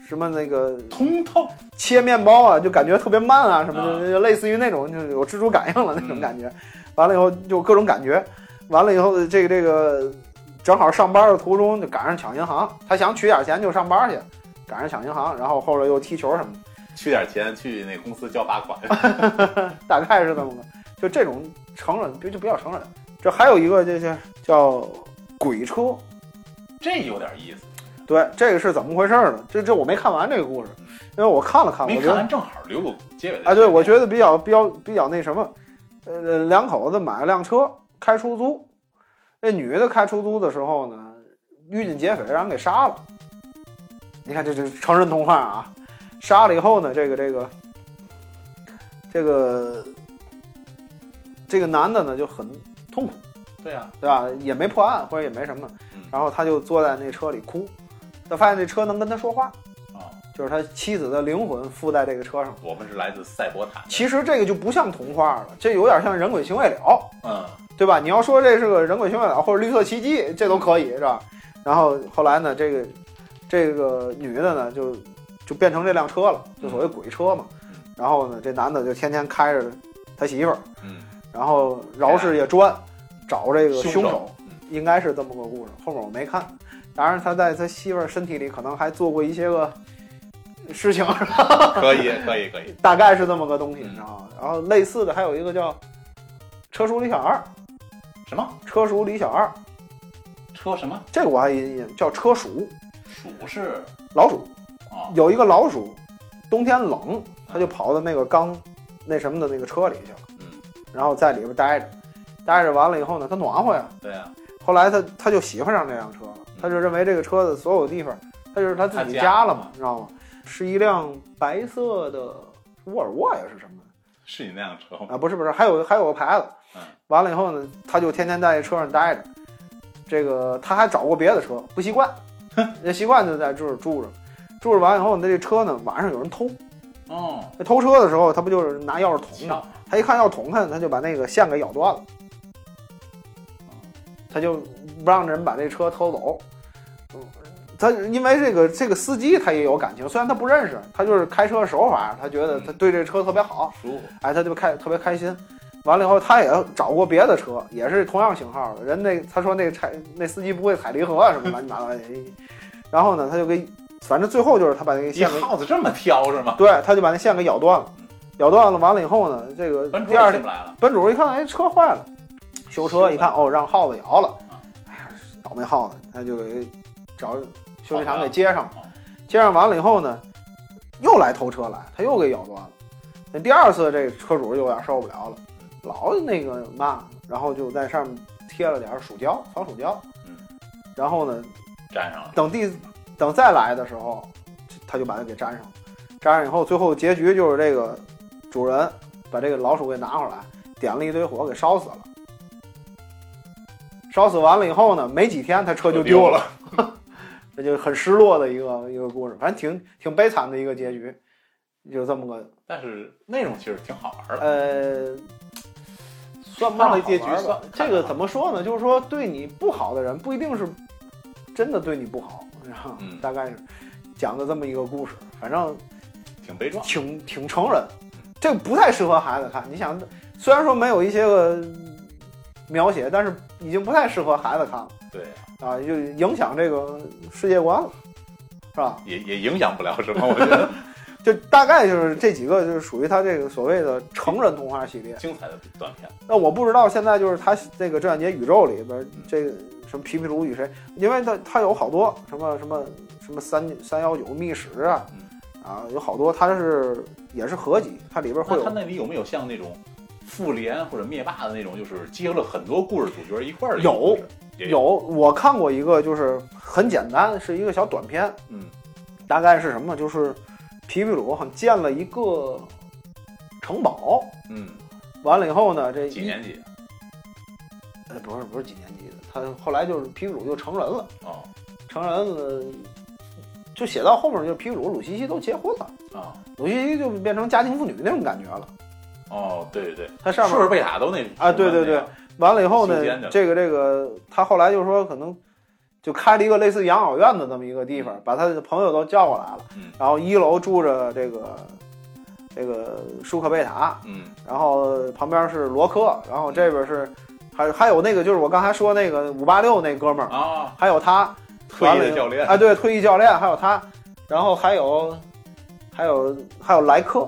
什么那个通透，切面包啊，就感觉特别慢啊，什么啊嗯的，就类似于那种就是有蜘蛛感应了那种感觉。完了以后就各种感觉，完了以后这个这个正好上班的途中就赶上抢银行，他想取点钱就上班去，赶上抢银行，然后后来又踢球什么的，去点钱去那公司交罚款，大概是这么个。就这种成人就就比较成人。这还有一个就是叫鬼车，这有点意思。对，这个是怎么回事儿呢？这这我没看完这个故事，因为我看了看，没啊我觉看得完正好留个结尾的啊，对，我觉得比较比较比较那什么，呃，两口子买了辆车，开出租。那女的开出租的时候呢，遇见劫匪，让人给杀了。你看这这成人童话啊，杀了以后呢，这个这个这个这个男的呢就很痛苦，对啊，对吧？也没破案或者也没什么嗯，然后他就坐在那车里哭，他发现这车能跟他说话，啊，就是他妻子的灵魂附在这个车上。我们是来自赛博坦的，其实这个就不像童话了，这有点像人鬼情未了，嗯，对吧？你要说这是个人鬼情未了或者绿色奇迹，这都可以是吧？然后后来呢，这个这个女的呢就就变成这辆车了，就所谓鬼车嘛嗯。然后呢，这男的就天天开着他媳妇儿，嗯，然后饶是也专，找这个凶凶手手，应该是这么个故事。后面我没看，当然他在他媳妇儿身体里可能还做过一些个事情，可以可以可以，大概是这么个东西，嗯你知道吗？然后类似的还有一个叫《车淑李小二什么》，车淑李小二，车什么这个我还也也叫车鼠鼠是老鼠，啊，有一个老鼠，冬天冷，它就跑到那个刚那什么的那个车里去了，嗯，然后在里边待着，待着完了以后呢，它暖和呀。对啊，后来它它就喜欢上这辆车了，它就认为这个车的所有地方，它就是它自己它嗯家家了嘛，你知道吗？是一辆白色的沃尔沃呀，是什么？是你那辆车吗？啊，不是不是，还有还有个牌子。嗯，完了以后呢，他就天天在车上待着。这个他还找过别的车，不习惯，那习惯就在这儿住着。住着完以后呢，这车呢晚上有人偷，哦，那偷车的时候他不就是拿钥匙捅巧吗？他一看钥匙捅开，他就把那个线给咬断了，他就不让人把这车偷走。嗯他因为这个这个司机他也有感情，虽然他不认识，他就是开车手法，他觉得他对这车特别好，舒服，哎，他就开特别开心。完了以后，他也找过别的车，也是同样型号的。人那他说那踩那司机不会踩离合啊什么乱七八糟的。然后呢，他就给，反正最后就是他把那个你线给，耗子这么挑是吗？对，他就把那线给咬断了。咬断了，完了以后呢，这个奔主第二也天进不来了，班主一看，哎，车坏了，修车一看，哦，让耗子摇了，啊哎呀，倒霉耗子，他就给找修理厂给接上了好吧，接上完了以后呢，又来偷车来，他又给咬断了。那第二次这车主有点受不了了，老那个嘛，然后就在上面贴了点鼠胶，防鼠胶，嗯，然后呢，粘上了，等第等再来的时候，他就把它给粘上了。粘上以后，最后结局就是这个主人把这个老鼠给拿回来，点了一堆火给烧死了。烧死完了以后呢，没几天他车就丢了，了，这就很失落的一个一个故事，反正挺挺悲惨的一个结局，就这么个但是内容其实挺好玩的，呃，算不看上了结局好玩吧算这看个了怎么说呢？就是说对你不好的人不一定是真的对你不好，然后嗯大概是讲的这么一个故事，反正挺悲壮，挺挺成人，这个不太适合孩子看。你想，虽然说没有一些个描写，但是已经不太适合孩子看了对，啊，就影响这个世界观了，是吧？也也影响不了什 么，我觉得就大概就是这几个，就是属于他这个所谓的成人动画系列。精彩的短片，那我不知道现在就是他这个《郑渊洁宇宙里边这个什么皮皮鲁与谁，因为他他有好多什么什么什么三三幺九密室啊嗯，啊，有好多他是也是合集，它里边会 那他有那里有没有像那种复联或者灭霸的那种，就是结合了很多故事主角一块儿的有故事也有我看过一个就是很简单，是一个小短片，嗯大概是什么呢？就是皮皮鲁好像建了一个城堡，嗯，完了以后呢，这几一年级呃不是不是几年级的，他后来就是皮皮鲁就成人了。哦成人了，就写到后面就是皮鲁、鲁西西都结婚了，啊鲁西西就变成家庭妇女那种感觉了。哦，对对对，他上是不是面贝塔都那啊对对对完了以后修仙去呢，了这个这个他后来就说可能就开了一个类似养老院的这么一个地方，把他的朋友都叫过来了嗯。然后一楼住着这个这个舒克贝塔，嗯然后旁边是罗科，然后这边是还还有那个就是我刚才说那个五八六那哥们儿，啊，还有他退役的教练啊，对，退役教练还有他，然后还有还有还有莱科，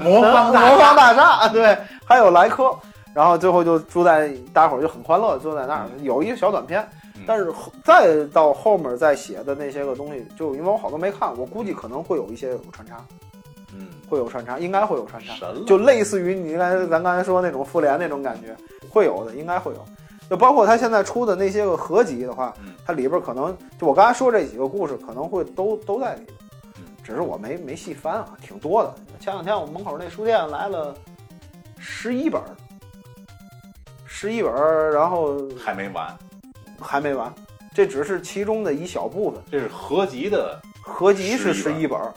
魔 方大魔方大厦，啊对，还有莱科，然后最后就住在大伙儿就很欢乐，住在那儿有一个小短片嗯，但是后再到后面再写的那些个东西，就因为我好多没看，我估计可能会有一些有穿插，嗯，会有穿插，应该会有穿插，神了，就类似于你刚才咱刚才说那种复联那种感觉，会有的，应该会有。就包括他现在出的那些个合集的话嗯，它里边可能就我刚才说这几个故事，可能会都都在里边嗯，只是我没没细翻啊，挺多的。前两天我门口那书店来了十一本儿，十一本儿，然后还没完，还没完，这只是其中的一小部分。这是合集的，合集是十11一本儿，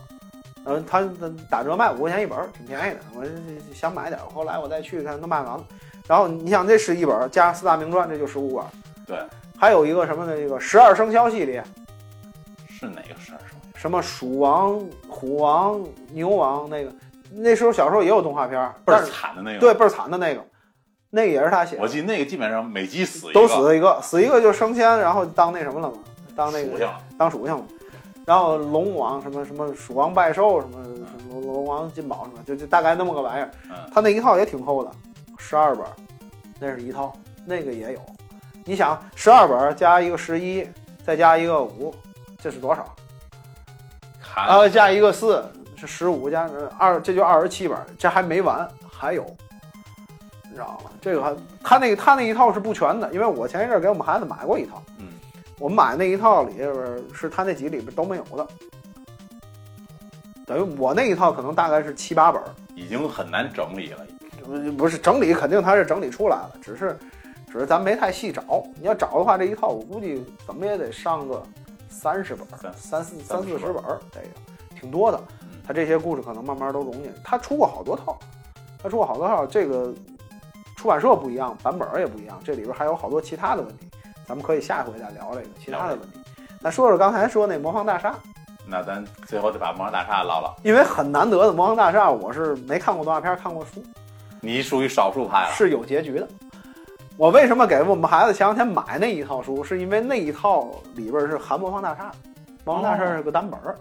嗯，他打折卖五块钱一本儿，挺便宜的。我想买点儿，后来我再去看都卖完了。然后你想这十一本儿加四大名传，这就十五本儿。对，还有一个什么呢？这个十二生肖系列，是哪个十二生肖？什么鼠王、虎王、牛王那个，那时候小时候也有动画片儿，倍但儿是惨的那个，对，倍儿惨的那个，那个也是他写的我，记得那个基本上每集死一个，都死了一个，死一个就升仙，然后当那什么了嘛，当那个属性了，当属性了。然后龙王什么什么鼠王拜寿什么什么龙王进宝什么，就就大概那么个玩意儿嗯。他那一套也挺厚的，十二本儿，那是一套，那个也有。你想，十二本儿加一个十一，再加一个五，这是多少？然看后啊加一个四是十五加二，这就二十七本儿，这还没完，还有，你知道吗？这个还他那个他那一套是不全的，因为我前一阵儿给我们孩子买过一套，嗯，我们买那一套里边儿是他那集里边都没有的，等于我那一套可能大概是七八本儿，已经很难整理了，呃不是整理肯定他是整理出来了，只是只是咱没太细找，你要找的话，这一套我估计怎么也得上个三十本儿三，三四三三四四十十本本儿，这个挺多的。嗯他这些故事可能慢慢都融进去。他出过好多套，他出过好多套，这个出版社不一样，版本儿也不一样，这里边还有好多其他的问题，咱们可以下回再聊这个其他的问题。那说说刚才说那魔方大厦，那咱最后得把魔方大厦唠唠，因为很难得的魔方大厦，我是没看过动画片儿，看过书，你属于少数派了，是有结局的。我为什么给我们孩子前两天买那一套书，是因为那一套里边是含魔方大厦，魔方大厦哦是个单本儿。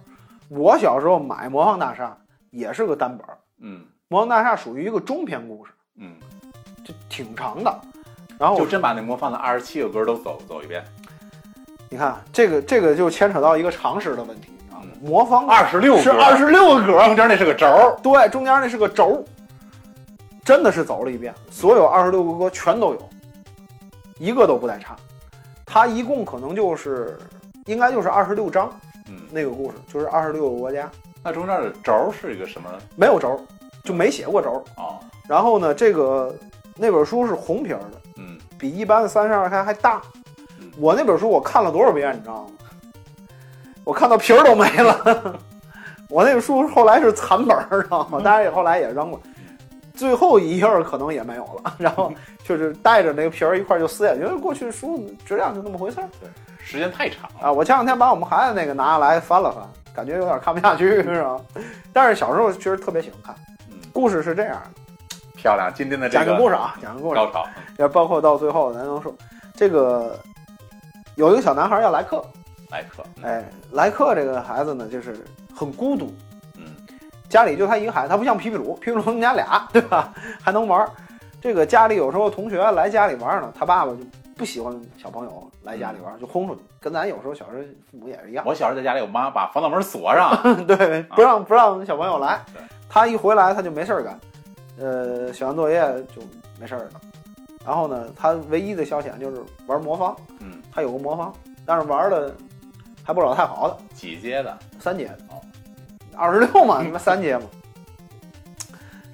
我小时候买魔方大厦也是个单本儿，嗯魔方大厦属于一个中篇故事，嗯，就挺长的。然后就我真把那魔方的二十七个歌都走走一遍，你看这个这个就牵扯到一个常识的问题，你知道吗嗯？魔方二十六是二十，十六个格儿，中间那是个轴儿，对，中间那是个轴儿，真的是走了一遍，所有二十六个歌全都有，一个都不带差。它一共可能就是应该就是二十六章嗯，那个故事，就是二十六个国家，那中间的轴儿是一个什么没有轴儿，就没写过轴儿。啊？然后呢，这个那本书是红皮儿的，嗯，比一般三十二开还大嗯。我那本书我看了多少遍，你知道吗？我看到皮儿都没了。 我那本书后来是残本儿，知嗯道吗？当然也后来也扔了，最后一页儿可能也没有 了。然后就是带着那个皮儿一块儿就撕下去，因为过去书质量就那么回事儿时间太长了，啊。我前两天把我们孩子那个拿下来翻了翻，感觉有点看不下去，是吧？但是小时候确实特别喜欢看。嗯，故事是这样的，漂亮，今天的这讲个个故事啊，讲个故事。高潮，要包括到最后，咱能说这个有一个小男孩叫莱克，来客，嗯，哎，莱克这个孩子呢，就是很孤独，嗯，家里就他一个孩子，他不像皮皮鲁，皮皮鲁他们家俩，对吧？还能玩儿。这个家里有时候同学来家里玩儿呢，他爸爸就不喜欢小朋友来家里玩儿，就轰出去，跟咱有时候小时候父母也是一样，我小时候在家里，哎我妈把防盗门锁上， 对，不让不让小朋友来啊对，他一回来他就没事儿干，呃，写完作业就没事儿了。然后呢，他唯一的消遣就是玩魔方，嗯，他有个魔方，但是玩的还不老太好的，几阶的，三阶哦，二十六嘛，什么三阶嘛。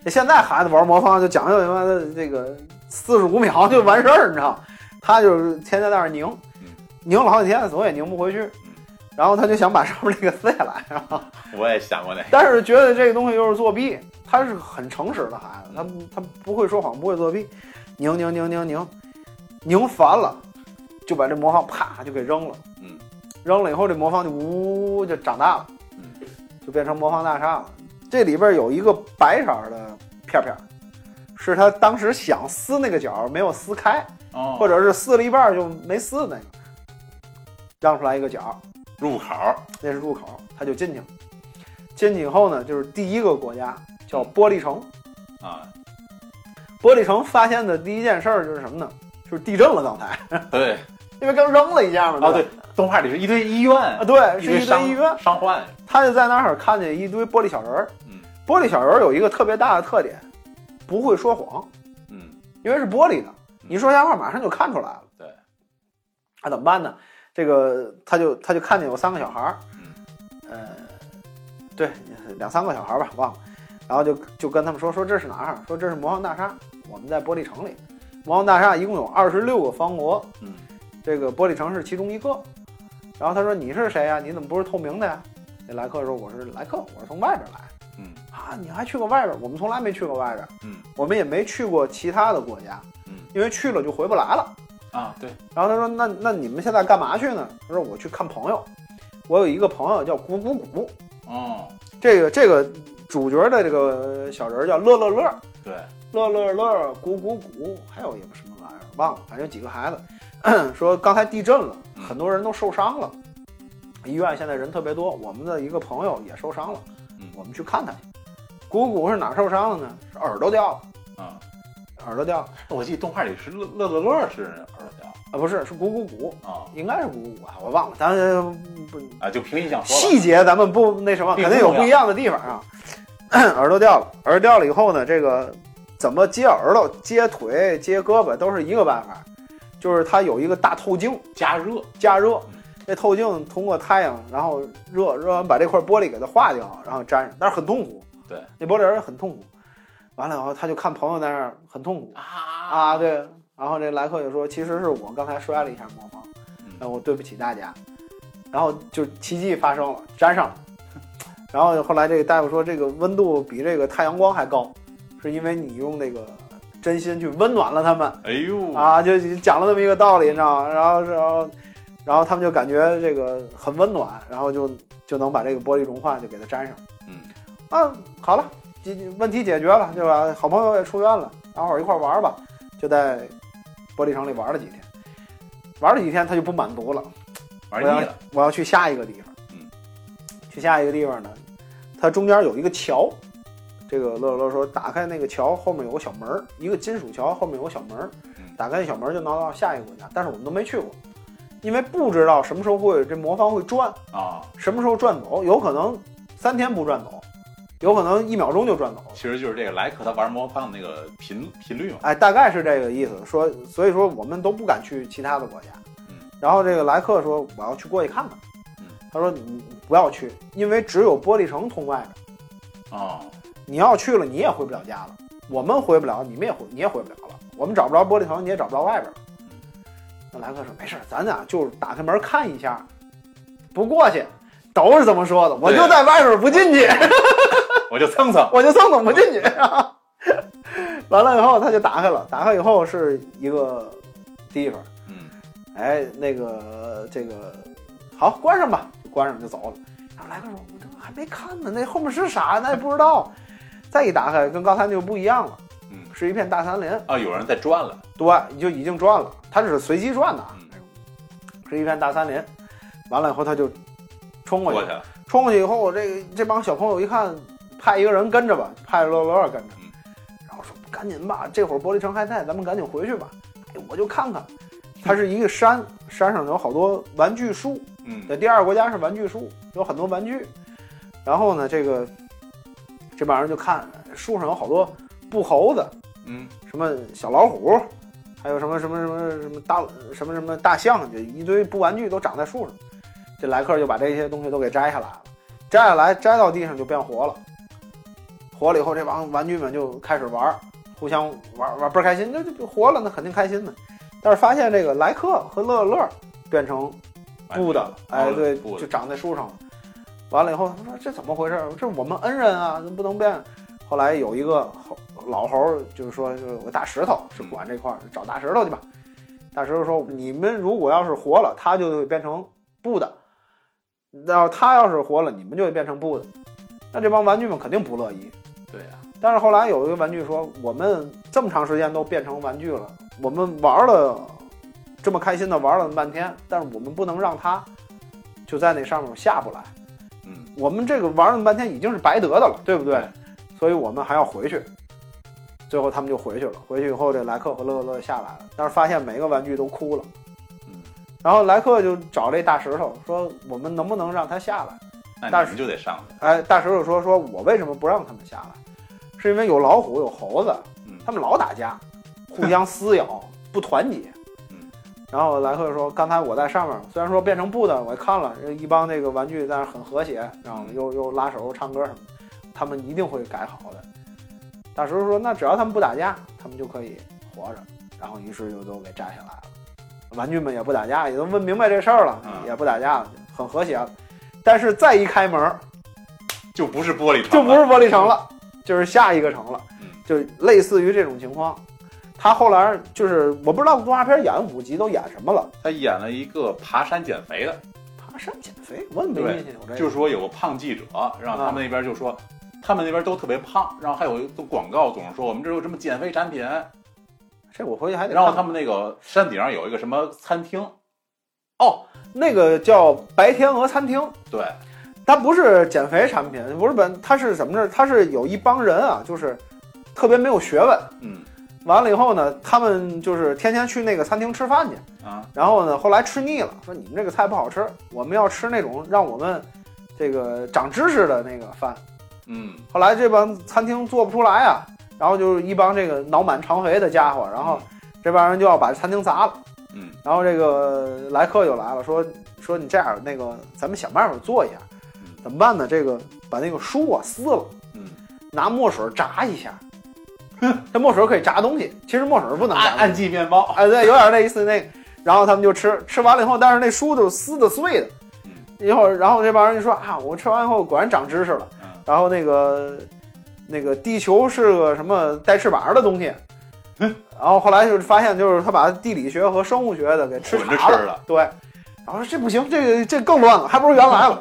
这现在孩子玩魔方就讲究他妈的这个四十五秒就完事儿，你知道？他就是天天在那儿拧嗯，拧了好几天，总也拧不回去。然后他就想把上面那个撕下来，然后我也想过那个，但是觉得这个东西就是作弊，他是很诚实的孩子，他他不会说谎，不会作弊，拧拧拧拧拧，拧烦了，就把这魔方啪就给扔了。嗯，扔了以后这魔方就呜就长大了，嗯就变成魔方大厦了。这里边有一个白色儿的片片儿，是他当时想撕那个角没有撕开，哦，或者是撕了一半儿就没撕那个，让出来一个角，入口儿那是入口，他就进去了。进去以后呢，就是第一个国家叫玻璃城。啊，玻璃城发现的第一件事儿就是什么呢？就是地震了，刚才 对，因为刚扔了一下嘛。哦对对吧，动画里是一堆医院，啊对，是堆一堆伤医院。伤患，他就在那儿看见一堆玻璃小人儿。嗯玻璃小人儿有一个特别大的特点，不会说谎，嗯因为是玻璃的，你说瞎话马上就看出来了。对，那、怎么办呢？这个他就他就看见有三个小孩儿，嗯呃，对，两三个小孩儿吧，忘了，然后就就跟他们说说这是哪儿？说这是魔方大厦，我们在玻璃城里。魔方大厦一共有二十六个方国，嗯，这个玻璃城是其中一个。然后他说：“你是谁呀、你怎么不是透明的呀？”那莱克说：“我是莱克，我是从外边来。”嗯啊，你还去过外边？我们从来没去过外边，嗯，我们也没去过其他的国家，嗯，因为去了就回不来了。啊对，然后他说：“那那你们现在干嘛去呢？”他说：“我去看朋友，我有一个朋友叫古古古，哦这个这个主角的这个小人儿叫乐乐乐，对，乐乐乐，古古古，还有一个什么玩意儿忘了，反正有几个孩子 说刚才地震了，嗯很多人都受伤了，医院现在人特别多，我们的一个朋友也受伤了，嗯我们去看他去。古古是哪儿受伤了呢？是耳朵掉了，啊，耳朵掉了我记得动画里是乐乐乐乐是耳朵啊，不是，是古古古，啊应该是古古古啊，我忘了，咱呃不啊，就凭印象说吧，细节咱们不那什么，并肯不定有不一样的地方啊。 耳朵掉了，耳朵掉了以后呢，这个怎么接耳朵、接腿、接胳膊都是一个办法，就是它有一个大透镜加热，加热，这透镜通过太阳，然后热热完把这块玻璃给它化掉，然后粘上，但是很痛苦。对，那玻璃人很痛苦。完了以后，他就看朋友在那儿很痛苦啊啊，对。然后这莱克就说：“其实是我刚才摔了一下魔方，嗯那我对不起大家。”然后就奇迹发生了，粘上了。然后后来这个大夫说，这个温度比这个太阳光还高，是因为你用那个真心去温暖了他们。哎呦，啊，就讲了那么一个道理，你知道吗？然后，然后，然后他们就感觉这个很温暖，然后就就能把这个玻璃融化，就给它粘上。嗯，啊，好了，解问题解决了，对吧？好朋友也出院了，大伙儿一块儿玩儿吧，就在玻璃城里玩了几天。玩了几天，他就不满足了，玩腻了，我要去下一个地方。嗯，去下一个地方呢，它中间有一个桥。这个乐乐说，打开那个桥，后面有个小门儿，一个金属桥，后面有个小门儿嗯，打开那小门儿就能到下一个国家，但是我们都没去过，因为不知道什么时候会这魔方会转，啊，什么时候转走，有可能三天不转走，有可能一秒钟就转走。其实就是这个莱克他玩魔方的那个频频率嘛，哎，大概是这个意思。说，所以说我们都不敢去其他的国家。嗯。然后这个莱克说：“我要去过去看看。”嗯。他说：“你不要去，因为只有玻璃城通外边，哦，你要去了，你也回不了家了。我们回不了，你们也回，你也回不了了。我们找不着玻璃城，你也找不着外边了。”嗯那莱克说：“没事儿，咱俩就是打开门看一下，不过去。”都是这么说的，我就对在外边不进去。 我就蹭蹭，我就蹭蹭不进去。完了以后，他就打开了，打开以后是一个地方，嗯哎，那个这个好，关上吧，关上就走了。然后来个说，我这还没看呢，那后面是啥？咱也不知道。再一打开，跟刚才那就不一样了，嗯，是一片大森林，啊，有人在转了，对，就已经转了，它只是随机转的啊嗯，是一片大森林。完了以后，他就冲过去过了去。了，冲过去以后，这个这帮小朋友一看，派一个人跟着吧，派乐乐跟着嗯，然后说赶紧吧，这会儿玻璃城还在，咱们赶紧回去吧。哎，我就看看，它是一个山，山上有好多玩具树。嗯在第二个国家是玩具树，有很多玩具。然后呢，这个这帮人就看树上有好多布猴子，嗯什么小老虎，还有什么什么什么什么大什么什么大象，这一堆布玩具都长在树上。这莱克就把这些东西都给摘下来了，摘下来摘到地上就变活了。活了以后，这帮玩具们就开始玩儿，互相玩儿玩儿倍儿开心，那就活了，那肯定开心呢。但是发现这个莱克和乐乐变成布的了，哎，对，布就哦的，长在树上了。完了以后，他说这怎么回事？这是我们恩人啊，不能变。后来有一个猴老猴，就是说，就是有个大石头是管这块儿，找大石头去吧。大石头说：“你们如果要是活了，它就会变成布的；然后它要是活了，你们就会变成布的。”那这帮玩具们肯定不乐意。对呀、但是后来有一个玩具说：“我们这么长时间都变成玩具了，我们玩了这么开心的玩了半天，但是我们不能让它就在那上面下不来。嗯，我们这个玩了半天已经是白得的了，对不对？所以我们还要回去。”最后他们就回去了。回去以后，这莱克和乐乐下来了，但是发现每个玩具都哭了。嗯，然后莱克就找这大石头说：“我们能不能让它下来？”那但你是们就得上去。哎，大石头说：“说我为什么不让他们下来？是因为有老虎，有猴子，嗯，他们老打架，互相撕咬，不团结。嗯，然后莱克说：“刚才我在上面，虽然说变成布的，我也看了一帮那个玩具在那儿很和谐，然嗯后又又拉手唱歌什么的，他们一定会改好的。”大石头说：“那只要他们不打架，他们就可以活着。”然后于是就都给摘下来了。玩具们也不打架，也都问明白这事儿了，嗯也不打架了，很和谐了。但是再一开门，就不是玻璃就窗不了，是玻璃城了，就是下一个城了嗯，就类似于这种情况。他后来就是我不知道动画片演五集都演什么了，他演了一个爬山减肥的，爬山减肥，我怎么没对印象有这个？就是说有个胖记者，让他们那边就说，啊他们那边都特别胖，然后还有一个广告总是说我们这有什么减肥产品，这我回去还得看。然后他们那个山顶上有一个什么餐厅，哦，那个叫白天鹅餐厅，对，它不是减肥产品，不是本，它是什么呢？它是有一帮人啊，就是特别没有学问。嗯完了以后呢，他们就是天天去那个餐厅吃饭去，啊，然后呢，后来吃腻了，说你们这个菜不好吃，我们要吃那种让我们这个长知识的那个饭。嗯后来这帮餐厅做不出来啊，然后就是一帮这个脑满肠肥的家伙，然后这帮人就要把餐厅砸了。嗯然后这个莱克就来了，说说你这样，那个咱们想办法做一下嗯，怎么办呢？这个把那个书啊撕了，嗯，拿墨水炸一下， 这墨水可以炸东西，其实墨水不能炸按东西按记面包，哎，对，有点那意思那个。然后他们就吃，吃完了以后，但是那书都是撕的碎的。嗯以后，然后这帮人就说啊，我吃完以后果然长知识了。嗯然后那个那个地球是个什么带翅膀的东西。嗯然后后来就是发现，就是他把地理学和生物学的给吃混着差吃了。了对，然后说这不行，这个这更乱了，还不如原来了。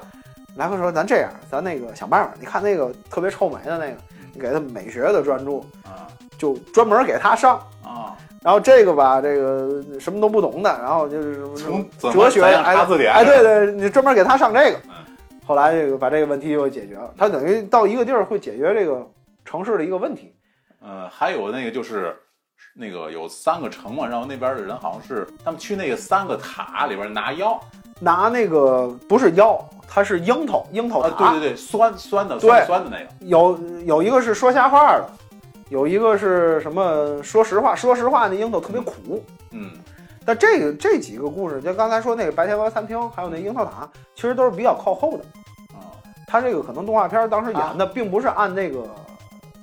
莱克说：“咱这样，咱那个想办法。你看那个特别臭美的那个，嗯你给他美学的专注，啊就专门给他上。啊，然后这个吧，这个什么都不懂的，然后就是从哲学哎查字典，哎，对，对，你专门给他上这个嗯。后来这个把这个问题又解决了，他等于到一个地儿会解决这个城市的一个问题。嗯，还有那个就是。那个有三个城嘛，然后那边的人好像是他们去那个三个塔里边拿药，拿那个不是药，它是樱桃，樱桃啊，塔。对对对，酸酸的，对酸酸的那个，有有一个是说瞎话的，有一个是什么说实话，说实话那樱桃特别苦。嗯但这个这几个故事，就刚才说那个白天鹅餐厅，还有那樱桃塔，其实都是比较靠后的。啊，他这个可能动画片儿当时演的并不是按那个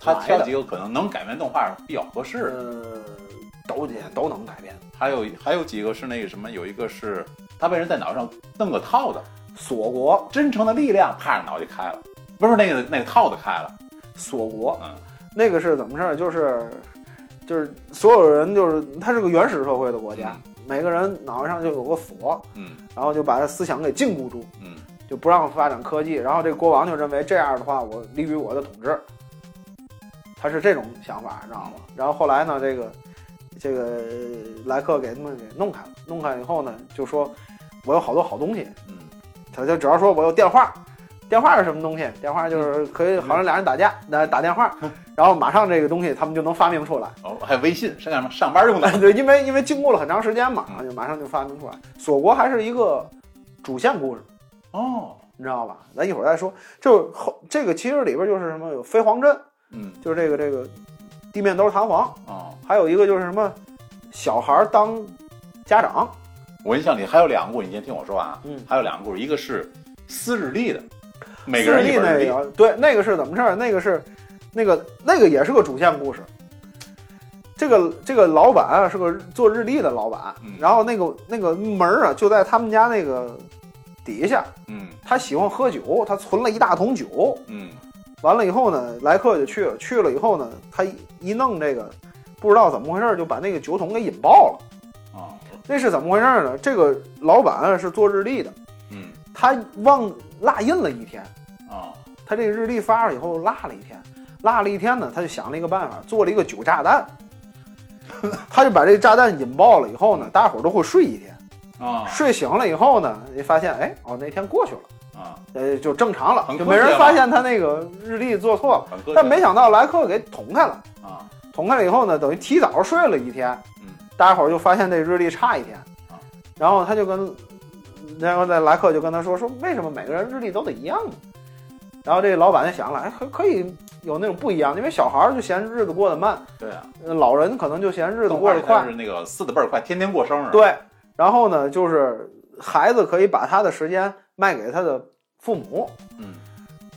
他来挑的几个可能能改编动画比较合适的，呃，都也都能改编。还有还有几个是那个什么，有一个是他被人在脑上弄个套子，锁国，真诚的力量，啪，脑就开了，不是那个那个套子开了，锁国，嗯那个是怎么事儿？就是就是所有人就是它是个原始社会的国家，每个人脑袋上就有个锁，嗯然后就把思想给禁锢住，嗯就不让发展科技。然后这国王就认为这样的话，我利于我的统治。他是这种想法，知道吗？然后后来呢，这个这个莱克给他们给弄开了，弄开以后呢，就说我有好多好东西，嗯，他就只要说我有电话，电话是什么东西？电话就是可以好像俩人打架，嗯那打电 话，然后马上这个东西他们就能发明出来。哦，还有微信是干什么？上班用的， 对，因为因为经过了很长时间嘛，嗯然后就马上就发明出来。锁国还是一个主线故事，哦，你知道吧？咱一会儿再说。就是后这个其实里边就是什么有飞黄镇，嗯就是这个这个地面都是弹簧，哦，还有一个就是什么小孩当家长，我印象里还有两个故事，你先听我说完啊，嗯还有两个故事，一个是撕日历的，每四个人一弟那本日历，个，对，那个是怎么事儿？那个是，那个那个也是个主线故事。这个这个老板啊，是个做日历的老板，嗯然后那个那个门儿啊就在他们家那个底下。嗯他喜欢喝酒，他存了一大桶酒。嗯完了以后呢，莱克就去了，去了以后呢，他一一弄这个，不知道怎么回事儿就把那个酒桶给引爆了。哦，那是怎么回事呢？这个老板啊是做日历的，嗯他忘落印了一天，啊他这日历发了以后落了一天，落了一天呢，他就想了一个办法，做了一个酒炸弹， 他就把这炸弹引爆了以后呢，大伙儿都会睡一天，啊睡醒了以后呢，你发现哎哦那天过去了，啊，呃就正常了，很就科没学人了发现他那个日历做错了，很客气但没想到莱克给捅开了，啊捅开了以后呢，等于提早睡了一天，嗯大家伙儿就发现这日历差一天啊，然后他就跟，然后在莱克就跟他说说为什么每个人日历都得一样呢？然后这老板就想了，哎，可可以有那种不一样，因为小孩儿就嫌日子过得慢，对啊，呃老人可能就嫌日子动过画得里他快是，那个死的倍儿快，天天过生日，对。然后呢，就是孩子可以把他的时间卖给他的父母，嗯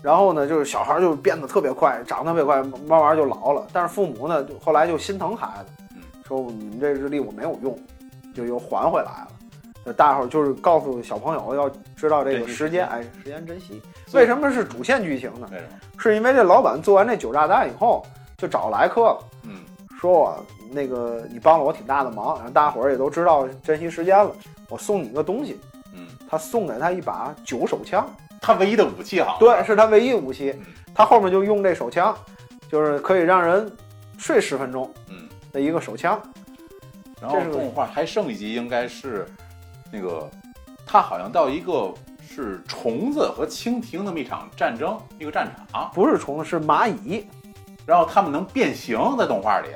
然后呢，就是小孩儿就变得特别快，长得特别快，慢慢就老了。但是父母呢，就后来就心疼孩子嗯，说你们这日历我没有用，就又还回来了。就大伙儿就是告诉小朋友要知道这个珍惜时间，时间哎，时间珍惜。所以为什么是主线剧情呢？为什么？是因为这老板做完这九炸弹以后，就找莱克嗯说我那个你帮了我挺大的忙，然后大伙儿也都知道珍惜时间了，我送你一个东西。嗯，他送给他一把九手枪，他唯一的武器好像对，是他唯一武器嗯。他后面就用这手枪，就是可以让人睡十分钟嗯，的一个手枪。然后这是动画还剩一集应该是那个他好像到一个是虫子和蜻蜓那么一场战争，一个战场，不是虫子，是蚂蚁。然后他们能变形在动画里，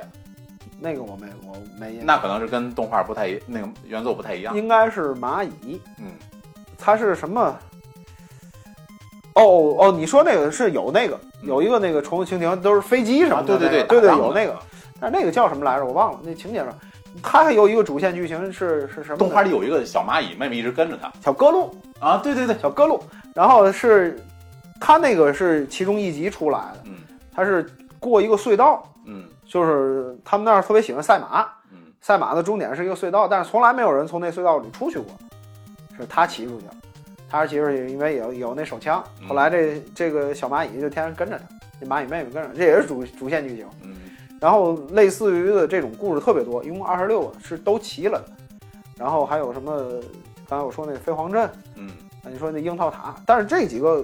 那个我没我没印象，那可能是跟动画不太一那个原作不太一样，应该是蚂蚁。嗯它是什么？哦哦哦，你说那个是有那个嗯有一个那个虫子蜻蜓都是飞机什么啊的、对对对对对对打仗有的那个，但是那个叫什么来着？我忘了。那情节上，它还有一个主线剧情是是什么？动画里有一个小蚂蚁妹妹一直跟着他小哥路，啊，对对对，小哥路，然后是它那个是其中一集出来的，嗯它是过一个隧道，嗯就是他们那儿特别喜欢赛马，嗯赛马的终点是一个隧道，但是从来没有人从那隧道里出去过，是他骑出去了，他是骑出去，因为有有那手枪。嗯后来这这个小蚂蚁就天天跟着他，这蚂蚁妹妹跟着他，这也是主主线剧情。嗯然后类似于的这种故事特别多，一共二十六个是都齐了的，然后还有什么？刚才我说那飞黄镇，嗯啊你说那樱桃塔，但是这几个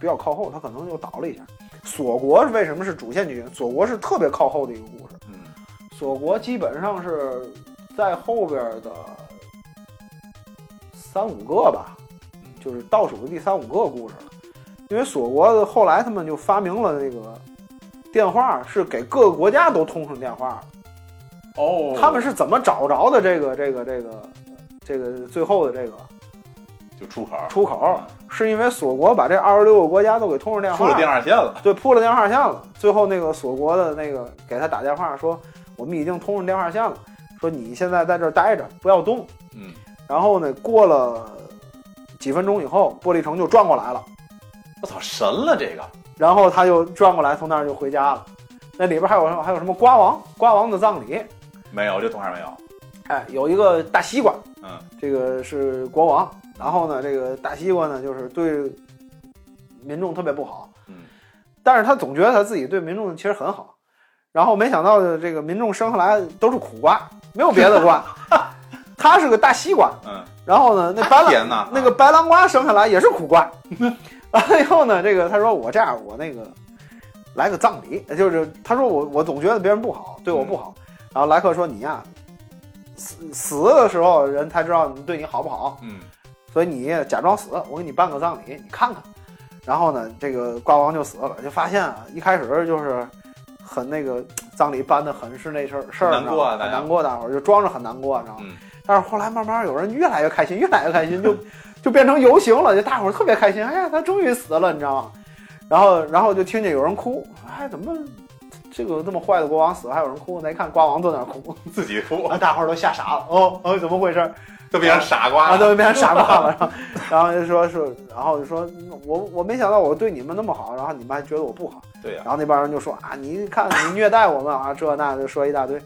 比较靠后，它可能就倒了一下。锁国为什么是主线剧情？锁国是特别靠后的一个故事。嗯锁国基本上是在后边的三五个吧，就是倒数的第三五个故事了。因为锁国后来他们就发明了那个电话，是给各个国家都通上电话。哦，他们是怎么找着的这个这个这个这个最后的这个就出口出口？是因为锁国把这二十六个国家都给通上电出话了电话线了，对，铺了电话线了。最后那个锁国的那个给他打电话说，我们已经通上电话线了，说你现在在这儿待着，不要动。嗯然后呢，过了几分钟以后，玻璃城就转过来了，我操神了这个，然后他就转过来，从那儿就回家了。那里边还有什么还有什么瓜王瓜王的葬礼，没有这动画没有，哎，有一个大西瓜，嗯这个是国王。然后呢，这个大西瓜呢，就是对民众特别不好，嗯，但是他总觉得他自己对民众其实很好。然后没想到这个民众生下来都是苦瓜，没有别的 瓜，他是个大西瓜。嗯然后呢，那白甜兰呐那个白南瓜生下来也是苦瓜。 完了以后呢，这个他说我这样，我那个来个葬礼，就是他说我我总觉得别人不好，对我不好。然后莱克说你呀，死死的时候人才知道你对你好不好，嗯所以你假装死，我给你办个葬礼，你看看。然后呢，这个瓜王就死了，就发现啊，一开始就是很那个葬礼办的很是那事儿事儿，很难过啊你知道吗大很家难过，大伙儿就装着很难过，你知道吗？嗯但是后来慢慢有人越来越开心，越来越开心，就就变成游行了，就大伙儿特别开心。哎呀，他终于死了，你知道吗？然后然后就听见有人哭，哎，怎么这个这么坏的国王死了还有人哭？再一看瓜王坐那儿哭， 自己哭啊，大伙儿都吓傻了。哦哦，怎么回事？就变成傻瓜啊，了，都变成傻瓜了。然后然后就说是，然后就说嗯我我没想到我对你们那么好，然后你们还觉得我不好。对呀然后那帮人就说啊，你看你虐待我们啊，这那就说一大堆。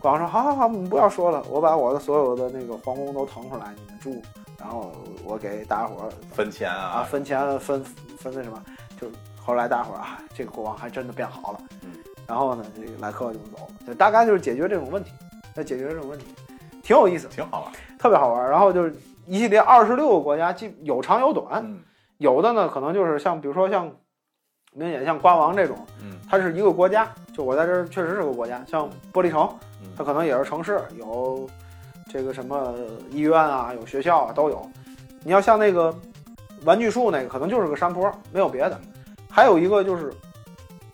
国王说好好好，我们不要说了，我把我的所有的那个皇宫都腾出来，你们住，然后我给大家伙儿分钱啊啊，分钱分分那什么，就后来大家伙儿啊，这个国王还真的变好了。嗯，然后呢，这个莱克就走了，就大概就是解决这种问题，要解决这种问题。挺有意思，挺好玩。啊特别好玩儿。然后就是一系列二十六个国家，既有长有短，嗯有的呢可能就是像比如说像明显像瓜王这种，嗯它是一个国家，就我在这儿确实是个国家，像玻璃城，它嗯可能也是城市，有这个什么医院啊，有学校啊都有。你要像那个玩具树那个，可能就是个山坡，没有别的。嗯还有一个就是，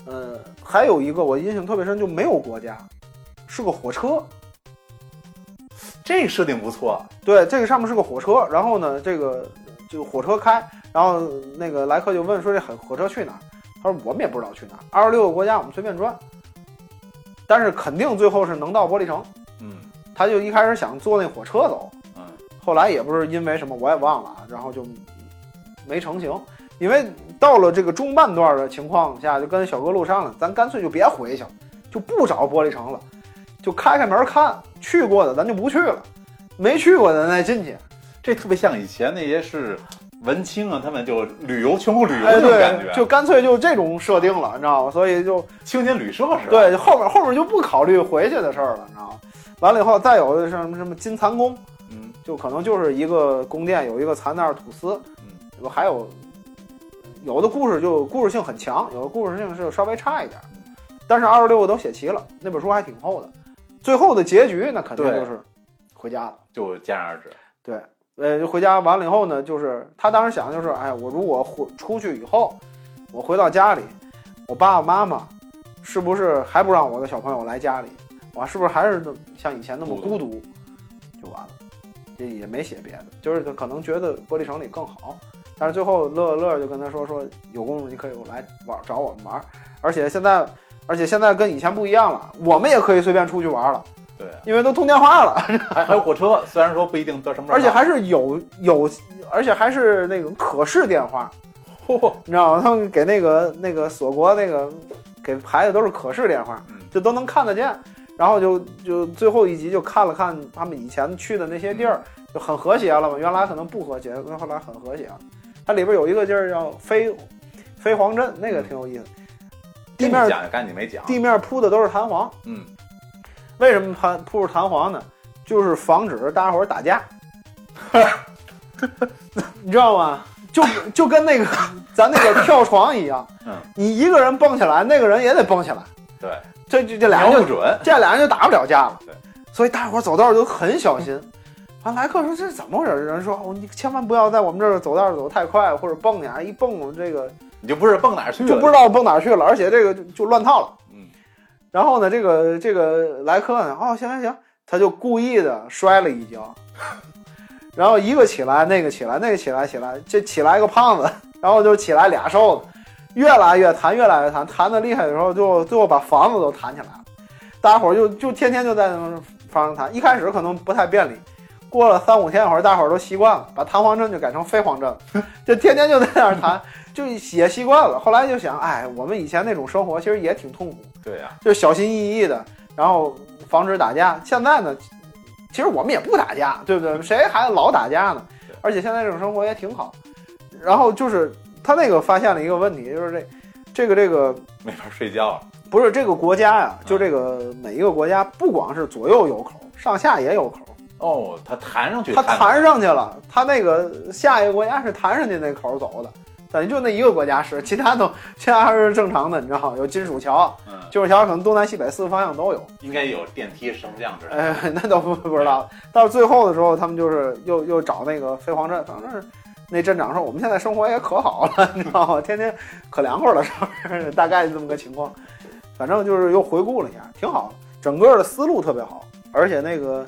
呃，还有一个我印象特别深，就没有国家，是个火车。这个设定不错。对，这个上面是个火车，然后呢，这个就火车开，然后那个莱克就问说这火车去哪儿？他说我们也不知道去哪儿，二十六个国家我们随便转，但是肯定最后是能到玻璃城。嗯他就一开始想坐那火车走，嗯后来也不是因为什么我也忘了，然后就没成型。因为到了这个中半段的情况下，就跟小哥路商量，咱干脆就别回去了，就不找玻璃城了，就开开门看，去过的咱就不去了，没去过的咱再进去。这特别像以前那些是文青啊，他们就旅游全国旅游哎，那种感觉，对，就干脆就这种设定了，你知道吗？所以就青年旅社是吧？对，就后面后面就不考虑回去的事儿了，你知道吗？完了以后，再有的是什么什么金蚕宫，嗯，就可能就是一个宫殿有一个蚕那儿吐丝，嗯有还有有的故事就故事性很强，有的故事性是稍微差一点儿，但是二十六个都写齐了，那本书还挺厚的，最后的结局那肯定对就是回家了，就戛然而止。对。呃，就回家完了以后呢，就是他当时想的就是，哎，我如果回出去以后，我回到家里，我爸爸妈妈是不是还不让我的小朋友来家里？我是不是还是那么像以前那么孤独？就完了，也也没写别的，就是他可能觉得玻璃城里更好。但是最后乐乐就跟他说说，有功夫你可以来玩找我们玩，而且现在，而且现在跟以前不一样了，我们也可以随便出去玩了，对，因为都通电话了，还还有火车，虽然说不一定到什么时候到，而且还是有有，而且还是那种可视电话，嚯，你知道吗？他们给那个那个锁国那个给排的都是可视电话，嗯，就都能看得见。然后就就最后一集就看了看他们以前去的那些地儿，嗯就很和谐了嘛。原来可能不和谐，那后来很和谐了。它里边有一个地儿叫飞飞黄镇，嗯那个挺有意思。地这你面讲赶紧没讲，地面铺的都是弹簧，嗯，为什么弹铺着弹簧呢？就是防止大家伙儿打 架，你知道吗？就就跟 那个咱那个跳床一样，嗯，你一个人蹦起来，那个人也得蹦起来，对，这这这俩瞄人就不准，这俩人就打不了架了。对，所以大伙儿走道儿都很小心。完，莱克说这怎么回事儿？有人说哦，你千万不要在我们这儿走道儿走太快，或者蹦呀，一蹦我们这个你就不是蹦哪儿去了，就不知道蹦哪儿去了，而且这个就就乱套了。嗯，然后呢，这个这个莱克呢，哦，行行行，他就故意的摔了一跤，然后一个起来，那个起来，那个起来，起来，这起来一个胖子，然后就起来俩瘦子，越来越弹，越来越弹，弹的厉害的时候，最后最后把房子都弹起来了，大家伙儿就就天天就在那房上弹，一开始可能不太便利。过了三五天以后，大伙儿都习惯了，把弹簧阵就改成飞簧阵了，就天天就在那儿弹，就也习惯了。后来就想，哎，我们以前那种生活其实也挺痛苦，对啊呀，就小心翼翼的，然后防止打架。现在呢，其实我们也不打架，对不对？谁还老打架呢对？而且现在这种生活也挺好。然后就是他那个发现了一个问题，就是这这个这个没法睡觉了，不是这个国家呀、嗯就这个每一个国家，不光是左右有口，上下也有口。哦，他弹上去，他弹上去了，他那个下一个国家是弹上去那口走的，等于就那一个国家是，其他都其他还是正常的，你知道吗？有金属桥，嗯，金属桥可能东南西北四个方向都有。应该有电梯升降之类的，哎，那倒不不知道。到最后的时候，他们就是又又找那个飞黄镇，当时那镇长说：“我们现在生活也可好了， 你知道吗？天天可凉快了，是不是？” 大概这么个情况。反正就是又回顾了一下，挺好的，整个的思路特别好，而且那个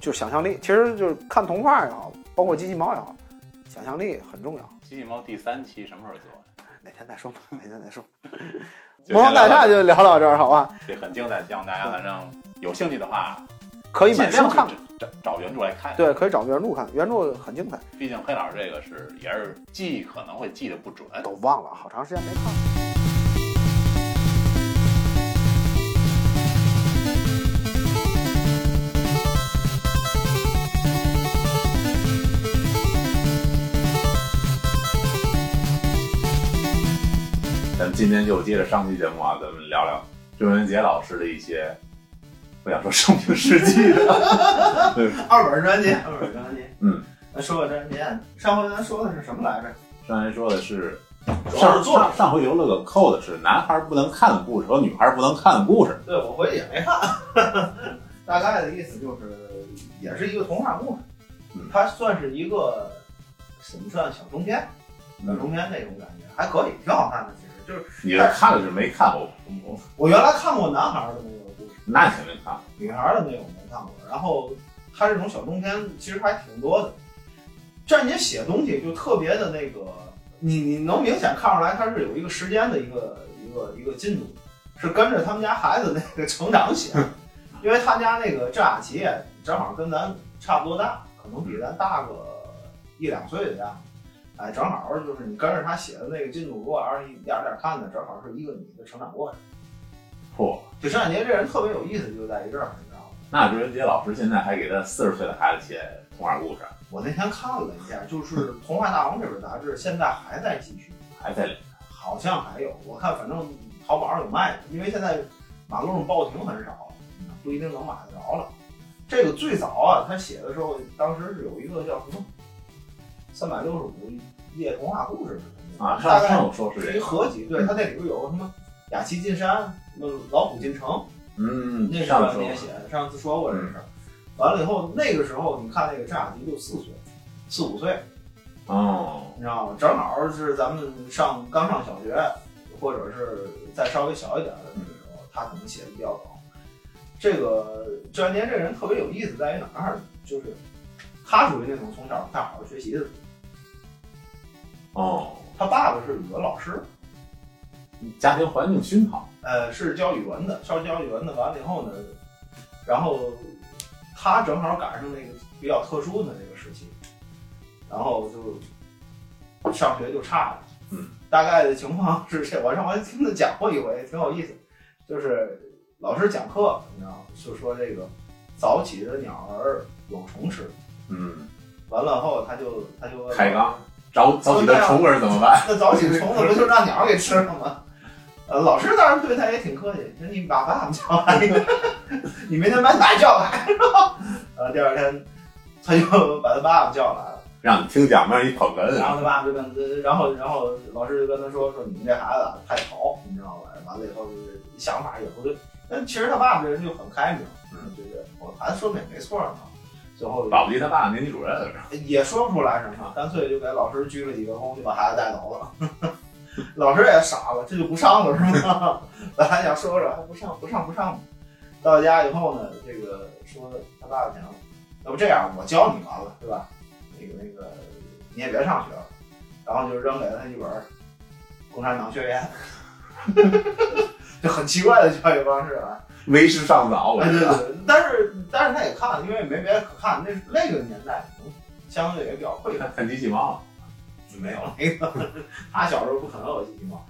就想象力，其实就是看童话也好，包括机器猫也好，想象力很重要。机器猫第三期什么时候做？哪天再说吧，哪天再说。 就魔方先大聊到厦就聊到这儿，好吧？这很精彩，希望大家反正有兴趣的话，可以买尽书量去看看，找找找原著来看。，对，可以找原著看，原著很精彩，毕竟黑老师这个是也是记可能会记得不准。都忘了，好长时间没看了。咱们今天就接着上期节目啊，咱们聊聊郑渊洁老师的一些我想说生平事迹 的，对，二本专辑，二本专辑。嗯，那说到这别，啊上回咱说的是什么来着？上来说的是主要是上做上上回留了个扣的是男孩不能看的故事和女孩不能看的故事，对，我回去也没看， 大概的意思就是，也是一个童话故事嗯，它算是一个怎么算小中篇，嗯小中篇那种感觉，还可以，挺好看的。其实就是你是看了是没看过，我我我原来看过男孩儿的那个故事，那你肯定看了。女孩儿的那个我没看过。然后他这种小中篇其实还挺多的，站姐写东西就特别的那个，你你能明显看出来他是有一个时间的一个一个一个进度，是跟着他们家孩子那个成长写的，因为他家那个郑雅琪也正好跟咱差不多大，可能比咱大个一两岁的样子。哎，正好就是你跟着他写的那个进度，如果要是一点儿点儿看的，正好是一个你的成长过程。嚯，就郑雅杰这人特别有意思，就在于这儿，你知道吗？那朱元杰老师现在还给他四十岁的孩子写童话故事，啊我那天看了一下，就是《童话大王》这本杂志现在还在继续，还在里。好像还有，我看反正淘宝上有卖的，因为现在马路上报亭很少，不一定能买得着了。这个最早啊，他写的时候，当时是有一个叫什么“三百六十五夜童话故事”啊，大上概上午说是是这一个，合集，对，他那里边有什么雅琪进山，什么老虎进城，嗯，那是上张午也说嗯写的，上次说过这事儿。完了以后，那个时候你看那个郑雅迪就四岁，四五岁，哦，你知道吗？正好是咱们上刚上小学，或者是再稍微小一点嗯的那个时候，他可能写的比较早。这个郑渊洁这个人特别有意思，在于哪儿呢？就是他属于那种从小不太好好学习的人，哦，他爸爸是语文老师，家庭环境熏陶，呃，是教语文的，教教语文的。完了以后呢，然后他正好赶上那个比较特殊的那个时期，然后就上学就差了。嗯，大概的情况是这，我上回听他讲过一回，挺有意思。就是老师讲课，你知道吗？就说这个早起的鸟儿有虫吃。嗯，完了后，他就他就问开杠找找几个虫儿怎么办？那早 起虫子不就让鸟给吃了吗？呃，老师当然对他也挺客气，说你把爸爸叫来，你明天把你爸叫来，是吧？呃，第二天他就把他爸爸叫来了，让你听讲面一捧哏然啊，后他爸爸就跟，然后然后老师就跟他说说你这孩子啊太淘，你知道吧？完了以后就是想法也不对，但其实他爸爸这人就很开明，嗯对对，我孩子说的也没错儿嘛。最后保不齐他爸年级主任也说不出来什么，干脆就给老师鞠了几个躬，就把孩子带走了。 老师也傻了，这就不上了是吗？本来想说说，还不上不上不上。到家以后呢，这个说他爸爸讲，要不这样，我教你完了，对吧？那个那个，你也别上学了。然后就扔给了他一本《共产党宣言》， 就很奇怪的教育方式啊。为时尚早，我哎，觉对对得。对，但是但是他也看，因为没别的可看，那是那个年代可能相对也比较匮乏。看机器猫，没有那个， 他小时候不可能有机器猫，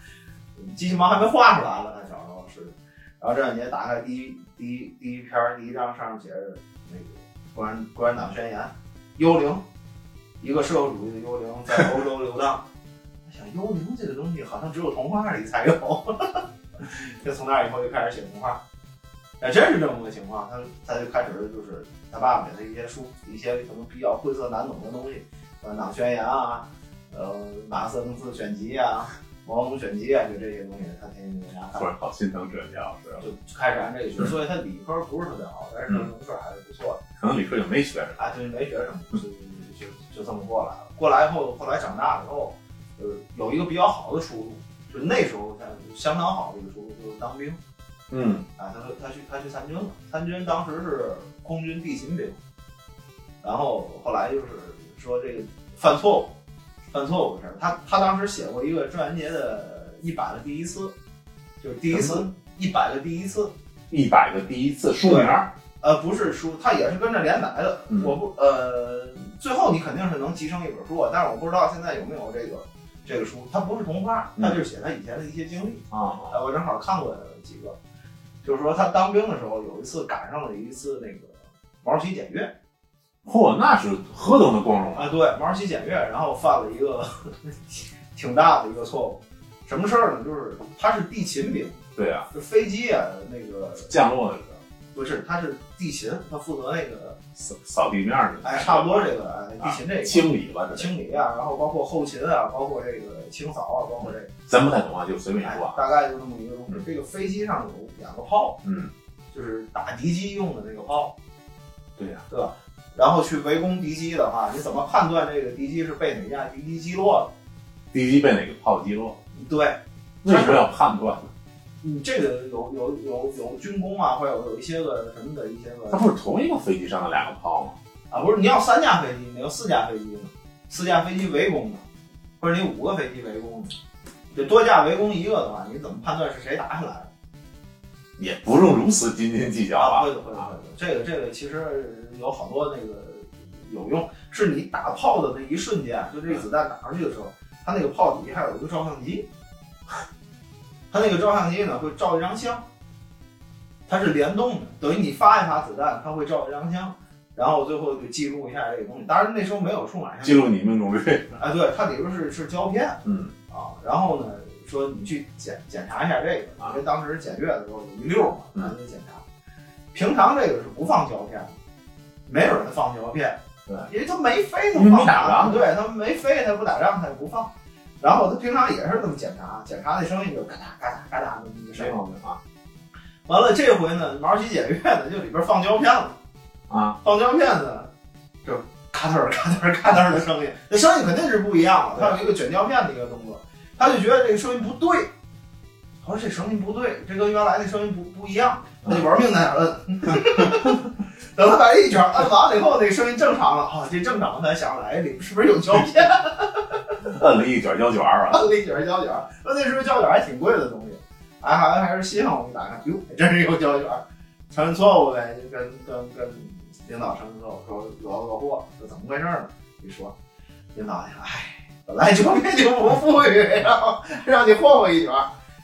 机器猫还没画出来了，他小时候是。然后这两年打开第一第一第一篇儿第一章上面写着那个共产共产党宣言，幽灵，一个社会主义的幽灵在欧洲流浪。 我想幽灵这个东西好像只有童话里才有， 就从那以后就开始写童话。哎，真是这么个情况，他他就开始就是他爸爸给他一些书，一些可能比较晦涩难懂的东西，《共产党宣言》啊，呃，马克思斯选集啊，毛泽东选集啊，就这些东西，他天天在家看突。然好心疼朱元杰老师了，就开始按这个学，所以他理科不是特别好，但是他文科还是不错可能理科就没学上的，啊，就是没学什么，就就就这么过来了。过来以后，后来长大了以后，呃，有一个比较好的出路，就那时候他相当好的一个出路就是当兵嗯，啊，他说他去他去参军了，参军当时是空军地勤兵，然后后来就是说这个犯错误，犯错误的事儿，他他当时写过一个郑渊洁的一百个第一次，就是第一什次一百个第一次。一百个第一次书名儿，呃，不是书，它也是跟着连载的。嗯我不呃，最后你肯定是能集成一本书啊，但是我不知道现在有没有这个这个书。它不是童话，嗯它就是写他以前的一些经历。啊，呃，我正好看过几个，就是说他当兵的时候有一次赶上了一次那个毛主席检阅嚯，那是何等的光荣啊！啊，对，毛主席检阅，然后犯了一个 挺大的一个错误。什么事儿呢？就是他是地勤兵，对啊，就飞机啊，那个降落的时候，不是，他是地勤，他负责那个，扫扫地面儿的，哎，差不多这个哎地勤这个、啊清理吧，这清理啊，然后包括后勤啊，包括这个清扫啊，包括这个，咱不太懂啊，就随便哎说啊，，大概就这么一个东西。这个飞机上有两个炮，嗯，就是打敌机用的那个炮，对呀，对吧？然后去围攻敌机的话，你怎么判断这个敌机是被哪架敌机击落地基被哪个炮击落？的？对，为什么要判断呢？嗯，这个有有有有军工啊，或者有一些个什么的一些个那不是同一个飞机上的两个炮吗？啊，不是你要三架飞机，你要四架飞机呢，四架飞机围攻呢，或者你五个飞机围攻呢，这多架围攻一个的话，你怎么判断是谁打下来的？也不用如此斤斤计较啊会的会的会啊的，这个这个其实有好多那个有用，是你打炮的那一瞬间，啊就这个子弹打出去的时候，它那个炮底下有一个照相机，它那个照相机呢会照一张相，它是联动的，等于你发一发子弹，它会照一张相。然后最后就记录一下这个东西，当然那时候没有数码相机记，录你命中率，哎，对，它里边是是胶片嗯，啊，然后呢，说你去检检查一下这个，因为当时检阅的时候有一溜儿嘛，啊嗯咱就检查。平常这个是不放胶片的，没有人放胶片，对，因为他没飞，他因为放啊没打仗对他没飞，他不打仗，他也不放。然后他平常也是这么检查，检查那声音就嘎哒嘎哒嘎哒那么一个声没音。毛病啊完了这回呢，毛主席检阅呢，就里边放胶片了。啊，放胶片呢，就咔嗒儿咔嗒儿咔嗒儿的声音，那声音肯定是不一样的。它有一个卷胶片的一个动作，他就觉得这个声音不对，他说这声音不对，这跟原来那声音不不一样，他就玩命在那儿摁。 等他把这一卷摁完了以后，那个声音正常了啊，这正常了，他想起来哎里面是不是有胶片？摁了一卷胶卷儿啊，摁了一卷胶卷，那那时候胶卷还挺贵的东西，哎，好像还是新我们打开，哟，还真是有胶卷，承认错误呗，就跟跟跟领导承认错误，说惹了个祸，说怎么回事呢？一说，领导就哎，本来就业就不富裕，然后让你霍霍一卷，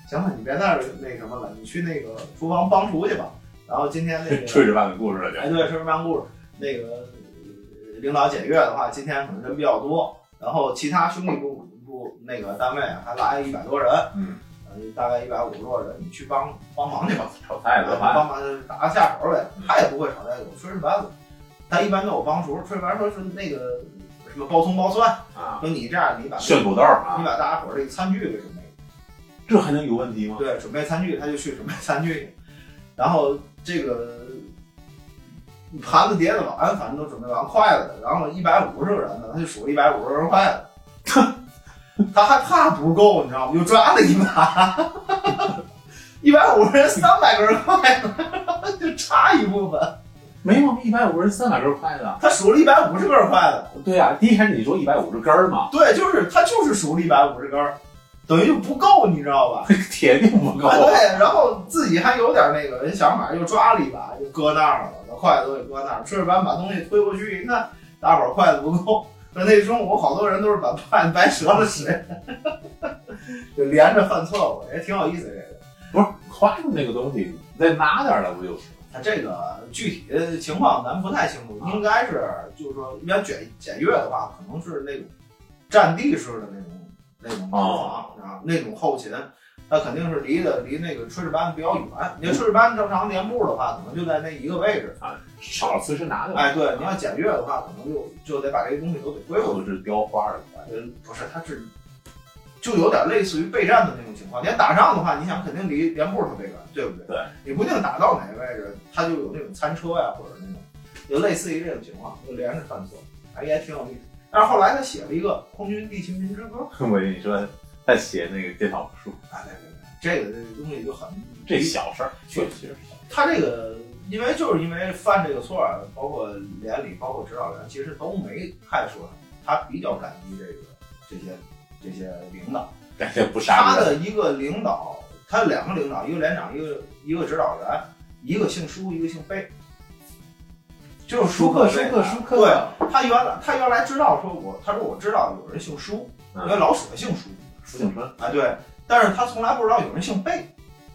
行了，你别那儿那什么了，你去那个厨房帮厨去吧。然后今天那个 吹着半个故事了哎，就，对，说说办故事，那个呃领导检阅的话，今天可能人比较多，然后其他兄弟部部那个单位啊还来一百多人，嗯，呃，大概一百五十多人，你去帮帮忙去吧，炒菜做帮饭，忙就是打个下手呗嗯。他也不会炒菜，我炊事班子，他一般都有帮厨，炊事班说是那个什么包葱包蒜，啊，说你这样，你把炫土豆儿啊你，把大家伙儿这个餐具给准备。这还能有问题吗？对，准备餐具，他就去准备餐具， 然后这个盘子、碟子、碗，哎反正都准备完，筷子，然后一百五十个人呢，他就数一百五十个筷子， 他还怕不够，你知道吗？又抓了一把， 一百五十人三百根筷子， 就差一部分，没毛病，一百五十三百根筷子啊，他数了一百五十根筷子，对呀，第一开始你说一百五十根儿嘛，对，就是他就是数了一百五十根儿，等于就不够，你知道吧？铁定不够啊，，对，然后自己还有点那个想法，又抓了一把，就搁那儿了，把筷子都给搁那儿。炊事班把东西推过去一看，大伙儿筷子不够，说那中午好多人都是把 饭白折了吃， 就连着犯错误，也挺有意思这个。不是筷子那个东西，你再拿点儿来不就是？他这个具体的情况咱不太清楚，应该是就是说，一般检检阅的话，可能是那种占地式的那种那种哦厨房啊，那种后勤，它肯定是离的离那个炊事班比较远。你要炊事班正常连部的话，可能就在那一个位置。少随时拿点，哎，对，你要检阅的话，可能就就得把这些东西都得归回去。都是雕花的，呃，不是，它是就有点类似于备战的那种情况。你要打仗的话，你想肯定离连部特别远，对不对？对，你不一定打到哪个位置，它就有那种餐车呀、或者那种，就类似于这种情况，就连着犯错，哎，也挺有意思。但是后来他写了一个《空军地勤民之歌》，我跟你说，在写那个鉴赏书，啊，对对对，这个这个东西就很这小事儿，确实他这个，因为就是因为犯这个错儿，包括连理，包括指导员，其实都没太说什么，他比较感激这个这些这些领导。感觉不他杀人，的一个领导，他两个领导，一个连长，一个一个指导员，一个姓舒，一个姓贝，就是舒克贝啊对，他原来他原来知道说我，他说我知道有人姓舒，嗯因为老舍姓舒舒景春啊，对，但是他从来不知道有人姓贝，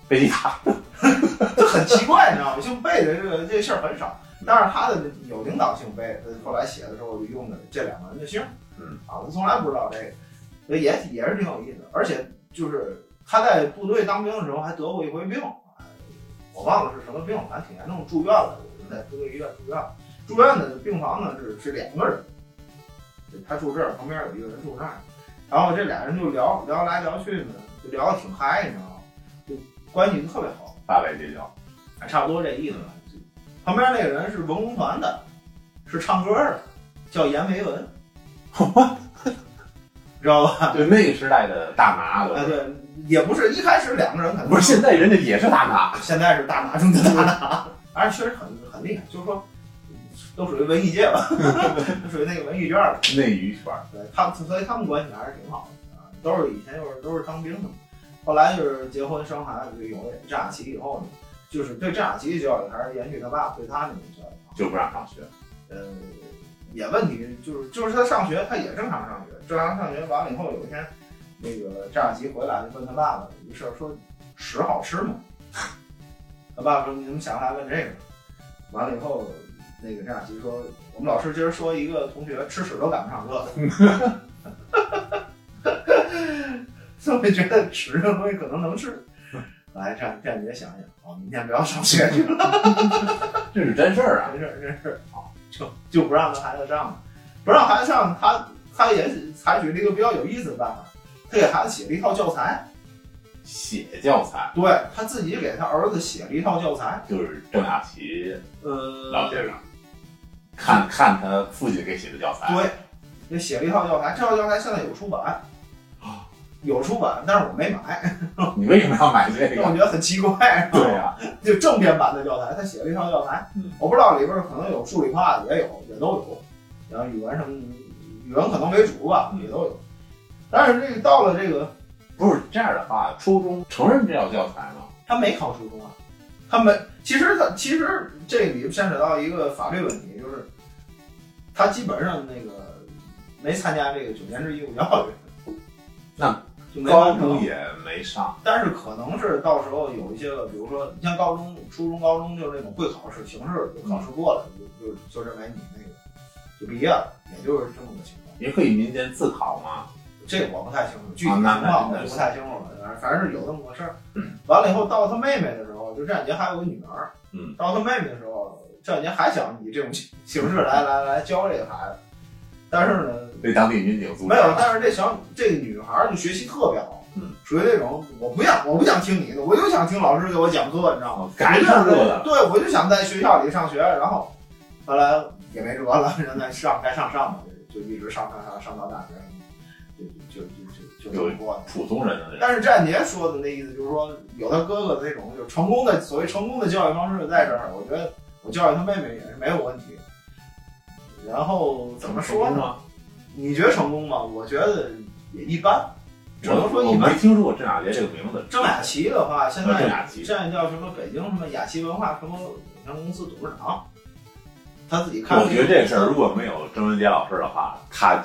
被打， 这很奇怪，你知道吗？姓贝的这个这事儿很少，但是他的有领导姓贝，他后来写的时候就用的这两个人的姓，嗯，啊，他从来不知道这个，所以也也是挺有意思的。而且就是他在部队当兵的时候还得过一回病，哎我忘了是什么病，反正挺严重，住院了，我们在部队医院住院。住院的病房呢是是两个人，他住这儿，旁边有一个人住那儿，然后这俩人就聊聊来聊去呢，就聊得挺嗨，你知道吗？就关系就特别好。大类这叫哎，差不多这意思吧。就旁边那个人是文工团的，是唱歌的，叫阎维文，知道吧？对那个时代的大拿哎，对，也不是一开始两个人可能不是现在人家也是大拿，现在是大拿中的大拿，而确实很很厉害，就是说都属于文艺界吧， 都属于那个文艺圈儿的。内娱圈儿对，他们所以他们关系还是挺好的啊，都是以前就是都是当兵的嘛，后来就是结婚生孩子，就有了郑雅琪以后呢，就是对郑雅琪的教育还是延续他爸对他那种教育啊。就不让上学，呃，也问题就是就是他上学，他也正常上学，正常上学完了以后，有一天那个扎尔吉回来就问他爸爸一事儿，说屎好吃吗？他爸爸说你怎么想来问这个？完了以后，那个扎尔吉说，我们老师今儿说一个同学吃屎都赶不上课，所以我觉得屎这东西可能能吃。来，这样这样你也想想，哦，明天不要上学去了。这是真事儿啊。没事儿，没事儿，就就不让他孩子上了，不让孩子上，他他也采取了一个比较有意思的办法，他给孩子写了一套教材，写教材对他自己给他儿子写了一套教材，就是郑雅琪老呃，先生，看看他父亲给写的教材，对，就写了一套教材，这套教材现在有出版，有出版，但是我没买，你为什么要买这让 我个？觉得很奇怪，对啊呀、就正编版的教材，他写了一套教材，嗯我不知道里边儿可能有数理化的也有，也都有，然后语文什么，语文可能为主吧，也都有，但是这个到了这个。不是这样的话，初中成人这叫教材吗？他没考初中啊，他没。其实他其实这里牵扯到一个法律问题，就是他基本上那个没参加这个九年制义务教育，那就没高完成中也没上，但是可能是到时候有一些个，比如说你像高中、初中、高中就是那种会考试形式，就考试过了，就就就认为你那个就毕业了，也就是这么个情况。也可以民间自考嘛。这个我不太清楚，具体啊情那况我那就不太清楚了。反正反正是有这么个事儿。完了以后，到他妹妹的时候，就郑姐还有个女儿。嗯，到他妹妹的时候，郑姐还想以这种形形式来来来教这个孩子，但是呢，被当地民警阻啊止没有。了。但是这小这个女孩儿就学习特别好，嗯，属于那种我不想我不想听你的，我就想听老师给我讲课，你知道吗？赶上这个，对，我就想在学校里上学，然后后来也没辙了， 现在上该上上吧，就一直上上上上到大学，就就就就就这么过的。普通人的人但是战杰说的那意思就是说，有他哥哥的那种，就是成功的所谓成功的教育方式在这儿，我觉得我教育他妹妹也是没有问题。然后怎么说呢？呢？你觉得成功吗？我觉得也一般，只能说我一我没般。听说过郑雅杰这个名字。郑雅琪的话，现呃，郑在雅琪，现在叫什么北京什么雅琪文化什么有限公司董事长，他自己看。我觉得这事儿如果没有郑文杰老师的话，他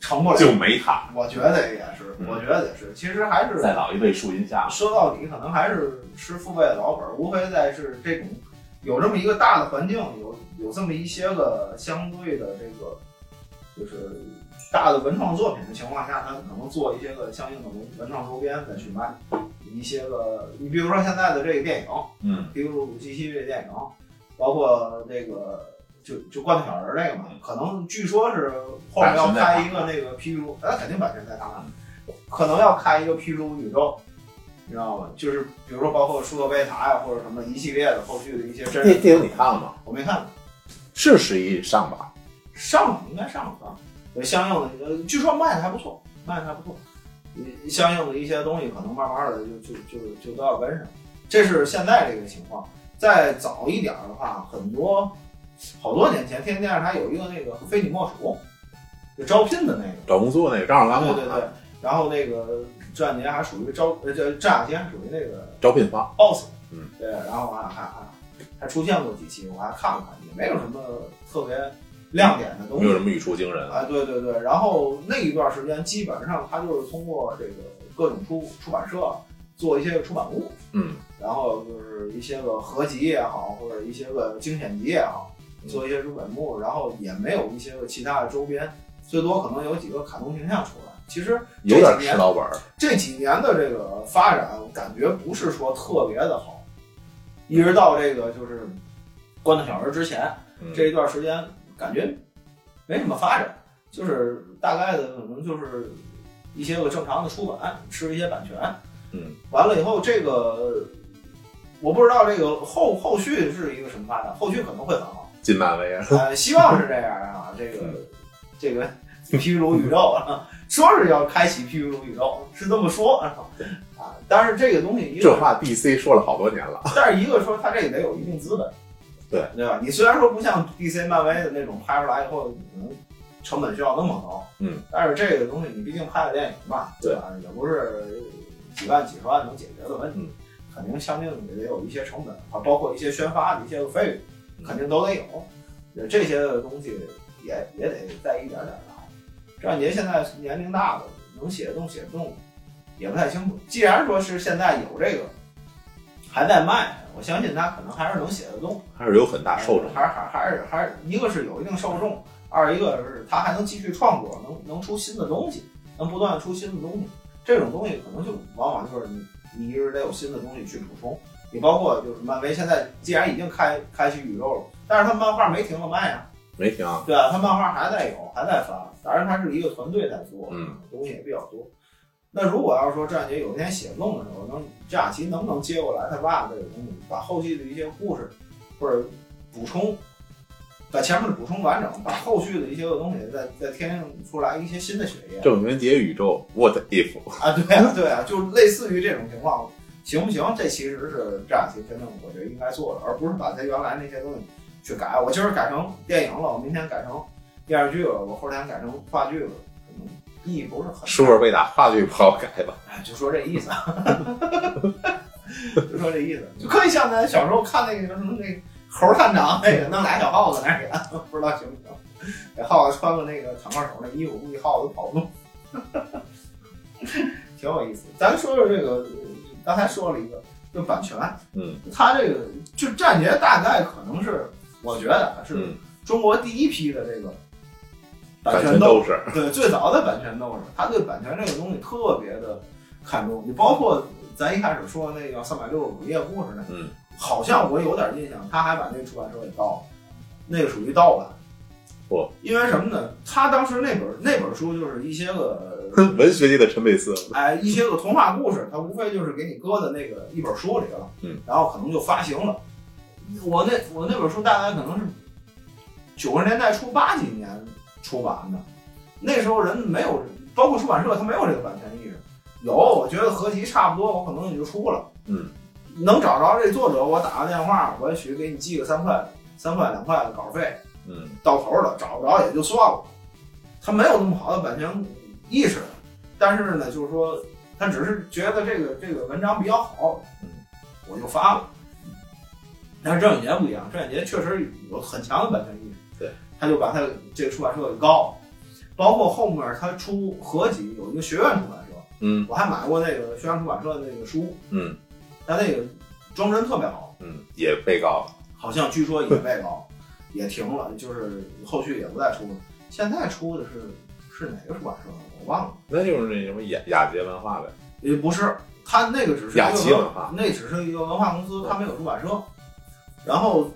成不了，就没他。我觉得也是，嗯我觉得也是。其实还是在老一辈树荫下，说到底，可能还是吃父辈的老本，儿，无非在是这种有这么一个大的环境，有有这么一些个相对的这个就是大的文创作品的情况下，他可能做一些个相应的文文创周边再去卖，一些个你比如说现在的这个电影。嗯，比如说《鲁西西》这电影，包括那个就就《灌小人》那个嘛嗯，可能据说是后面要开一个那个披露，那肯定版权在他那，可能要开一个披露宇宙，你知道吗？就是比如说包括舒克贝塔呀，或者什么一系列的后续的一些真电人，电影你看了吗？我没看过，是十一上吧？上了应该上了啊，有相应的，呃，据说卖的还不错，卖的还不错，呃相应的一些东西可能慢慢的就就就就都要跟上，这是现在这个情况。再早一点儿的话，很多好多年前，天津电视台有一个那个非你莫属，就招聘的那个，找工作那个张二刚对嘛，对对。然后那个郑雅杰还属于招，呃，这郑雅杰还属于那个招聘方 boss，嗯，对，然后我还还还还出现过几期，我还看了看，也没有什么特别亮点的东没西有。什么语出惊人啊，对对对，然后那一段时间基本上他就是通过这个各种出出版社做一些出版物，嗯，然后就是一些个合集也好，或者一些个精选集也好，嗯做一些出版物，然后也没有一些个其他的周边，最多可能有几个卡通形象出来。其实有点吃老本儿。这几年的这个发展，我感觉不是说特别的好，一直到这个就是关灯小人之前嗯这一段时间，感觉没什么发展，就是大概的可能就是一些个正常的出版，吃一些版权，嗯，完了以后这个我不知道这个后后续是一个什么发展，后续可能会很好。进漫威啊，嗯呃，希望是这样啊，这个这个皮皮鲁宇宙啊， 说是要开启皮皮鲁宇宙，是这么说啊，啊，但是这个东西一个这话 DC 说了好多年了，但是一个说他这个得有一定资本，对对吧？你虽然说不像 DC、漫威的那种拍出来以后，你能成本需要那么高，嗯，但是这个东西你毕竟拍个电影嘛，对吧？也不是几万、几十万能解决的问题，嗯肯定相应也得有一些成本啊，包括一些宣发的一些个费嗯用，肯定都得有，呃这些东西也也得再一点点来。张杰现在年龄大了，能写动写不动也不太清楚。既然说是现在有这个还在卖，我相信他可能还是能写得动，还是有很大受众。还是还还是还是一个是有一定受众，二一个是他还能继续创作，能能出新的东西，能不断地出新的东西。这种东西可能就往往就是你你一直得有新的东西去补充。你包括就是漫威现在既然已经开开启宇宙了，但是他漫画没停了卖啊，没停啊，对啊，他漫画还在有，还在发，当然他是一个团队在做，嗯，东西也比较多。那如果要是说战杰有一天写不动的时候，能这雅琪能不能接过来他爸这个东西，把后续的一些故事或者补充，把前面的补充完整，把后续的一些个东西再再添上出来一些新的血液郑渊洁宇宙 What if？啊，对啊，对啊，就类似于这种情况，行不行？这其实是这雅琪真正我觉得应该做的，而不是把他原来那些东西去改。我今儿改成电影了，我明天改成电视剧了，我后天改成话剧了，可能意义不是很大。是不是被打话剧不好改吧？哎，就说这意思， 就说这意思，就可以像咱小时候看那个什么那个猴探长那个弄俩小耗子那个，不知道行不行？给耗子穿个那个坦克手那衣服，估计耗子跑不动， 挺有意思。咱说说这个，刚才说了一个，就版权，嗯，他这个就战杰大概可能是，我觉得啊是嗯，中国第一批的这个版版权权斗斗士，对，最早的版权斗士，他对版权这个东西特别的看重。你包括咱一开始说那个三百六十五夜故事呢，嗯，好像我有点印象，他还把那个出版社给盗了，那个属于盗版。不，因为什么呢？他当时那本那本书就是一些个 文学界的陈佩斯，哎，一些个童话故事，它无非就是给你搁在那个一本书里了，嗯，然后可能就发行了。我那我那本书大概可能是九十年代初八几年出版的，那时候人没有，包括出版社他没有这个版权意识。有，我觉得合集差不多，我可能也就出了。嗯，能找着这作者，我打个电话，我也许给你寄个三块、三块、两块的稿费，嗯，到头了，找不着也就算了。他没有那么好的版权意识，但是呢，就是说他只是觉得这个这个文章比较好，嗯我就发了。但是郑渊洁不一样，郑渊洁确实有很强的版权意识，对，他就把他这个出版社给告了，包括后面他出合集有一个学院出版社，嗯，我还买过那个学院出版社的那个书，嗯，他那个装帧特别好，嗯，也被告了，好像据说也被告，也停了，就是后续也不再出了。现在出的是是哪个出版社？我忘了。那就是那什么雅雅洁文化呗，也不是，他那个只是一个雅琪文化那只是一个文化公司，他没有出版社。然后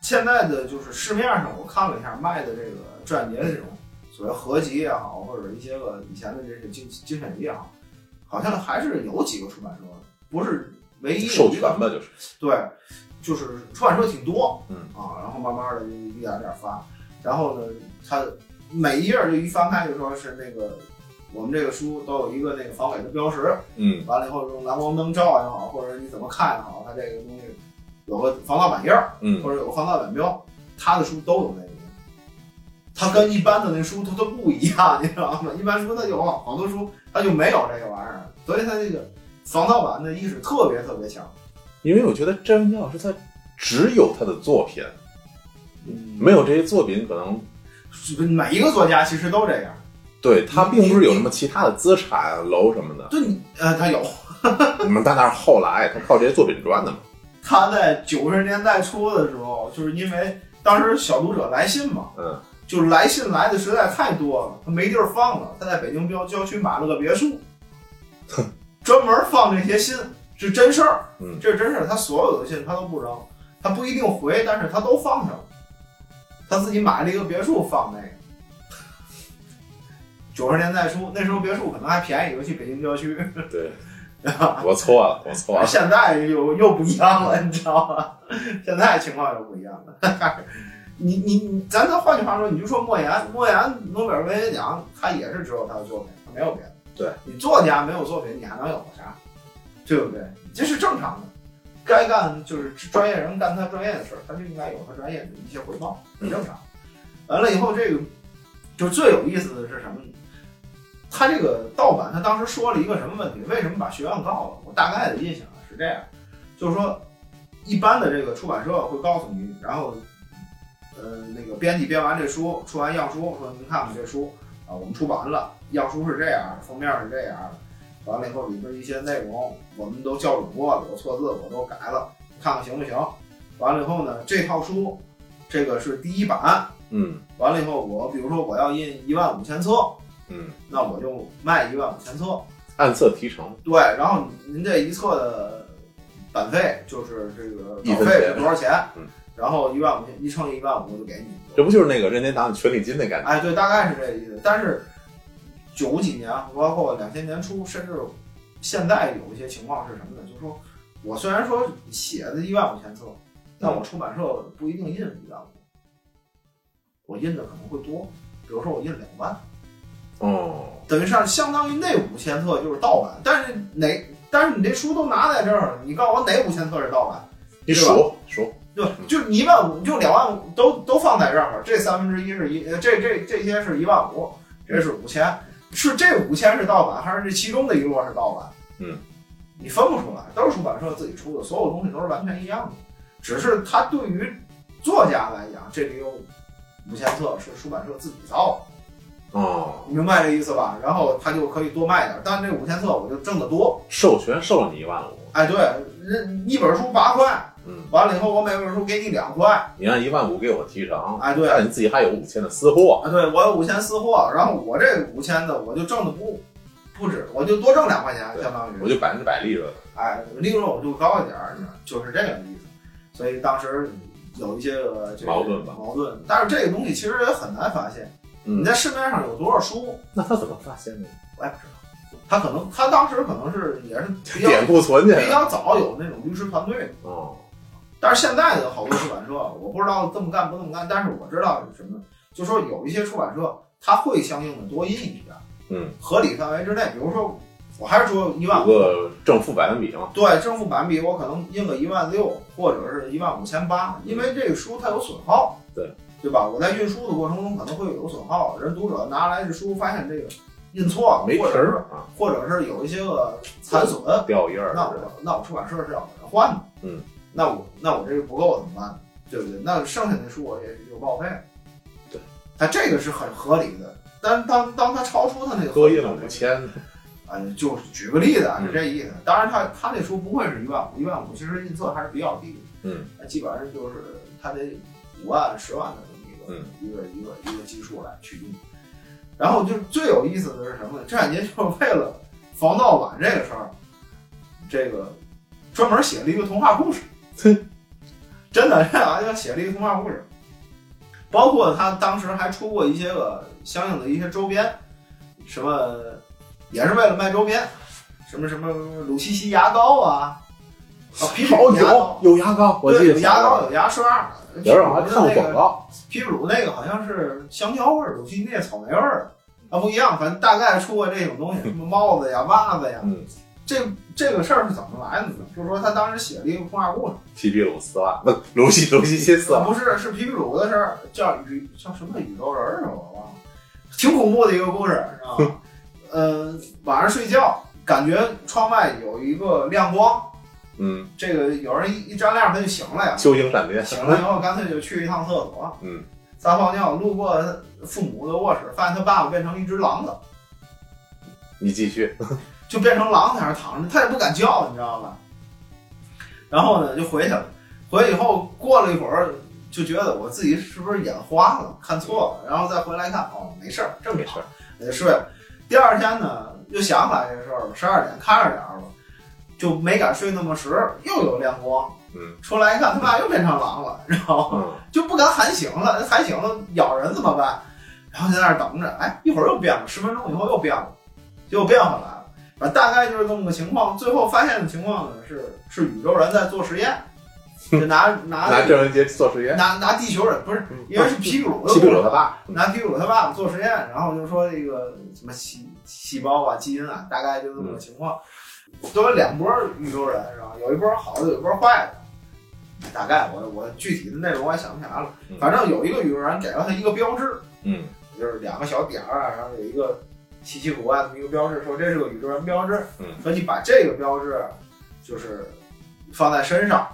现在的就是市面上我看了一下卖的这个专辑的这种所谓合集也好，或者一些个以前的这些精精选集也好，好像还是有几个出版社，不是唯哎一授权吧。吧，就是，对，就是出版社挺多，嗯啊，然后慢慢的就一点点发，然后呢，它每一页就一翻开就说是那个我们这个书都有一个那个防伪的标识，嗯完了以后用蓝光灯照也好，或者你怎么看也好，它这个东西有个防盗板印儿，嗯或者有个防盗板标，他的书都有那个东西。它跟一般的那书它都不一样，你知道吗？一 般书它有好多书它就没有这个玩意儿，所以它这个防盗板的意识特别特别强。因为我觉得詹文杰老师他只有他的作品，嗯没有这些作品，可能每一个作家其实都这样。对嗯他并不是有什么其他的资产楼什么的，对，你呃，他有，你们但那是后来他靠这些作品赚的嘛，他在九十年代初的时候，就是因为当时小读者来信嘛，嗯，就是来信来的实在太多了，他没地儿放了，他在北京郊郊区买了个别墅，专门放这些信，是真事儿，嗯这是真事儿。他所有的信他都不扔，他不一定回，但是他都放上了。他自己买了一个别墅放那个。九十年代初，那时候别墅可能还便宜，尤其北京郊区。 对，我错了，我错了。现在又又不一样了，你知道吗？ 现在情况又不一样了。 你你你，咱咱换句话说，你就说莫言，莫言诺贝尔文学奖，他也是只有他的作品，他没有别的。对你作家没有作品，你还能有啥？对不对？这是正常的，该干就是专业人干他专业的事儿，他就应该有他专业的一些回报，很正常。完了以后，这个就最有意思的是什么呢？他这个盗版，他当时说了一个什么问题？为什么把学院告了？我大概的印象是这样，就是说，一般的这个出版社会告诉你，然后，呃，那个编辑编完这书，出完样书，说您看我们这书啊，我们出版了，样书是这样，封面是这样，完了以后里边一些内容我们都校准过了，有错字我都改了，看看行不行？完了以后呢，这套书，这个是第一版，嗯完了以后我比如说我要印一万五千册，嗯，那我就卖一万五千册。暗色提成，对，然后您这一册的版费就是这个一稿分费钱是多少钱？嗯，然后一万五千一乘一万五我就给这你。不就是那个任天堂的权利金的感觉？哎，对，大概是这个意思。但是九几年，包括两千年初，甚至现在有一些情况是什么呢？就是说我虽然说写的一万五千册，但我出版社不一定印一万五，我印的可能会多，比如说我印两万。哦，等于上相当于那五千册就是盗版，但是哪？但是你这书都拿在这儿了，你告诉我哪五千册是盗版？你对吧数数，就就一万五，就两万五，都都放在这儿了。这三分之一是一，呃这这这些是一万五，这是五千，是这五千是盗版，还是这其中的一摞是盗版？嗯，你分不出来，都是出版社自己出的，所有东西都是完全一样的，只是它对于作家来讲，这里有五千册是出版社自己造的。哦，你明白这意思吧？然后他就可以多卖点儿，但这五千册我就挣得多。授权授了你一万五，哎，对，人一本书八块，嗯，完了以后我每本书给你两块。你按一万五给我提成，哎，对，但你自己还有五千的私货，啊，对我有五千私货，然后我这五千的我就挣的不不止，我就多挣两块钱，对相当于我就百分之百利润。哎，利润我就高一点儿，就是这个意思。所以当时有一些个这个矛盾吧矛盾，但是这个东西其实也很难发现。嗯你在市面上有多少书，那他怎么发现的？我也不知道。他可能他当时可能是也是比较点库存去啊比较早有那种律师团队，哦，但是现在的好多出版社，我不知道这么干不这么干，但是我知道是什么，就说有一些出版社他会相应的多印一点，嗯，合理范围之内，比如说我还是说一万有，个正负百分比嘛，对，正负版比我可能印个一万六或者是一万五千八，因为这个书它有损耗，对对吧？我在运输的过程中可能会有损耗，人读者拿来这书发现这个印错了，没或皮者是儿啊，或者是有一些个残损，掉一二那我那我出版社是要给他换的，嗯，那我那我这个不够怎么办？对不对？那剩下的书我也有报废，对，他这个是很合理的。但当当他超出他那个合多理印的了五千，啊，就举个例子啊，嗯是这意思。当然他，他这书不会是一万五，一万五其实印册还是比较低的，嗯，那基本上就是他得五万、十万的这么嗯一个、一个一个一个基数来去印。然后就是最有意思的是什么呢？这两年就是 为了防盗版这个事儿，这个专门写了一个童话故事，真的， 这两年写了一个童话故事，包括他当时还出过一些个相应的一些周边，什么也是为了卖周边，什么什么鲁西西牙膏啊，啊皮好宝牙膏，有有牙膏，我记对得有牙膏有牙刷，有时候我还看过广告，皮普鲁那个好像是香蕉味儿，鲁西那是草莓味儿的，啊不一样，反正大概出过这种东西，什么帽子呀、袜子呀，嗯这这个事儿是怎么来的呢？就是说他当时写了一个童话故事，皮皮鲁丝袜，不，卢西卢西新丝袜，不是是皮普鲁的事儿，叫宇叫什么宇宙人儿是吧？啊我忘了，挺恐怖的一个故事，知道吗？呃，晚上睡觉感觉窗外有一个亮光，嗯，这个有人一一沾亮他就醒了呀，秋鹰闪电，醒了以后干脆就去一趟厕所，嗯，撒泡尿，路过父母的卧室，发现他爸爸变成一只狼了，你继续，就变成狼在那儿躺着，他也不敢叫，你知道吧？然后呢，就回去了。回去以后，过了一会儿，就觉得我自己是不是眼花了，看错了，然后再回来看，哦，没事儿，正没常事儿，那就睡了。第二天呢，又想起来这事儿了，十二点看着点儿了，就没敢睡那么实，又有亮光，嗯出来一看，他爸又变成狼了，然后嗯就不敢喊醒了，喊醒了咬人怎么办？然后在那儿等着，哎，一会儿又变了，十分钟以后又变了，结果变回来了，反正大概就是这么个情况。最后发现的情况呢是，是宇宙人在做实验，就拿拿拿郑渊洁做实验，拿拿地球人不是，因 为是皮克鲁的西比鲁他爸，拿皮鲁他爸爸做实验，然后就说这个什么细细胞啊、基因啊，大概就这么嗯个情况。都有两波宇宙人，然后有一波好的，有一波坏的。大概我我具体的内容我也想不起来了，嗯反正有一个宇宙人给了他一个标志，嗯就是两个小点儿啊，然后有一个稀奇古怪的一个标志，说这是个宇宙人标志。嗯说你把这个标志就是放在身上，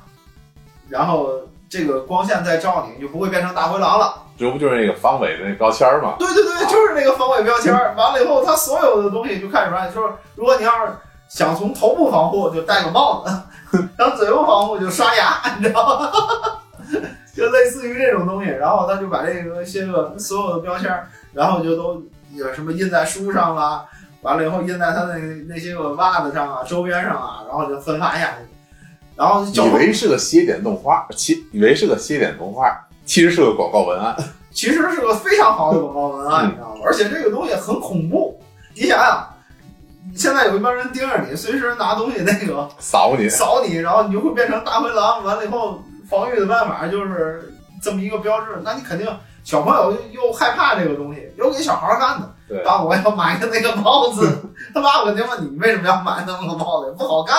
然后这个光线再照你，你就不会变成大灰狼了。这不就是那个方伟的那标签儿吗？对对对，就是那个防伪标签儿。完了以后，它所有的东西就开始让你说，如果你要是想从头部防护，就戴个帽子； 想嘴部防护，就刷牙，你知道吗？ 就类似于这种东西。然后他就把这个些个所有的标签儿，然后就都有什么印在书上啦，完了以后印在他那那些个袜子上啊、周边上啊，然后就分发下去。然后就以为是个写点动画，其以为是个写点动画，其实是个广告文案。 其实是个非常好的广告文案，嗯你知道吗？而且这个东西很恐怖。你想想，现在有一帮人盯着你，随时拿东西那个扫你，扫你，然后你就会变成大灰狼。完了以后，防御的办法就是这么一个标志，那你肯定小朋友又又害怕这个东西，又给小孩儿看的。对爸，我要买个那个帽子， 他爸肯定问你为什么要买那么个帽子，不好看，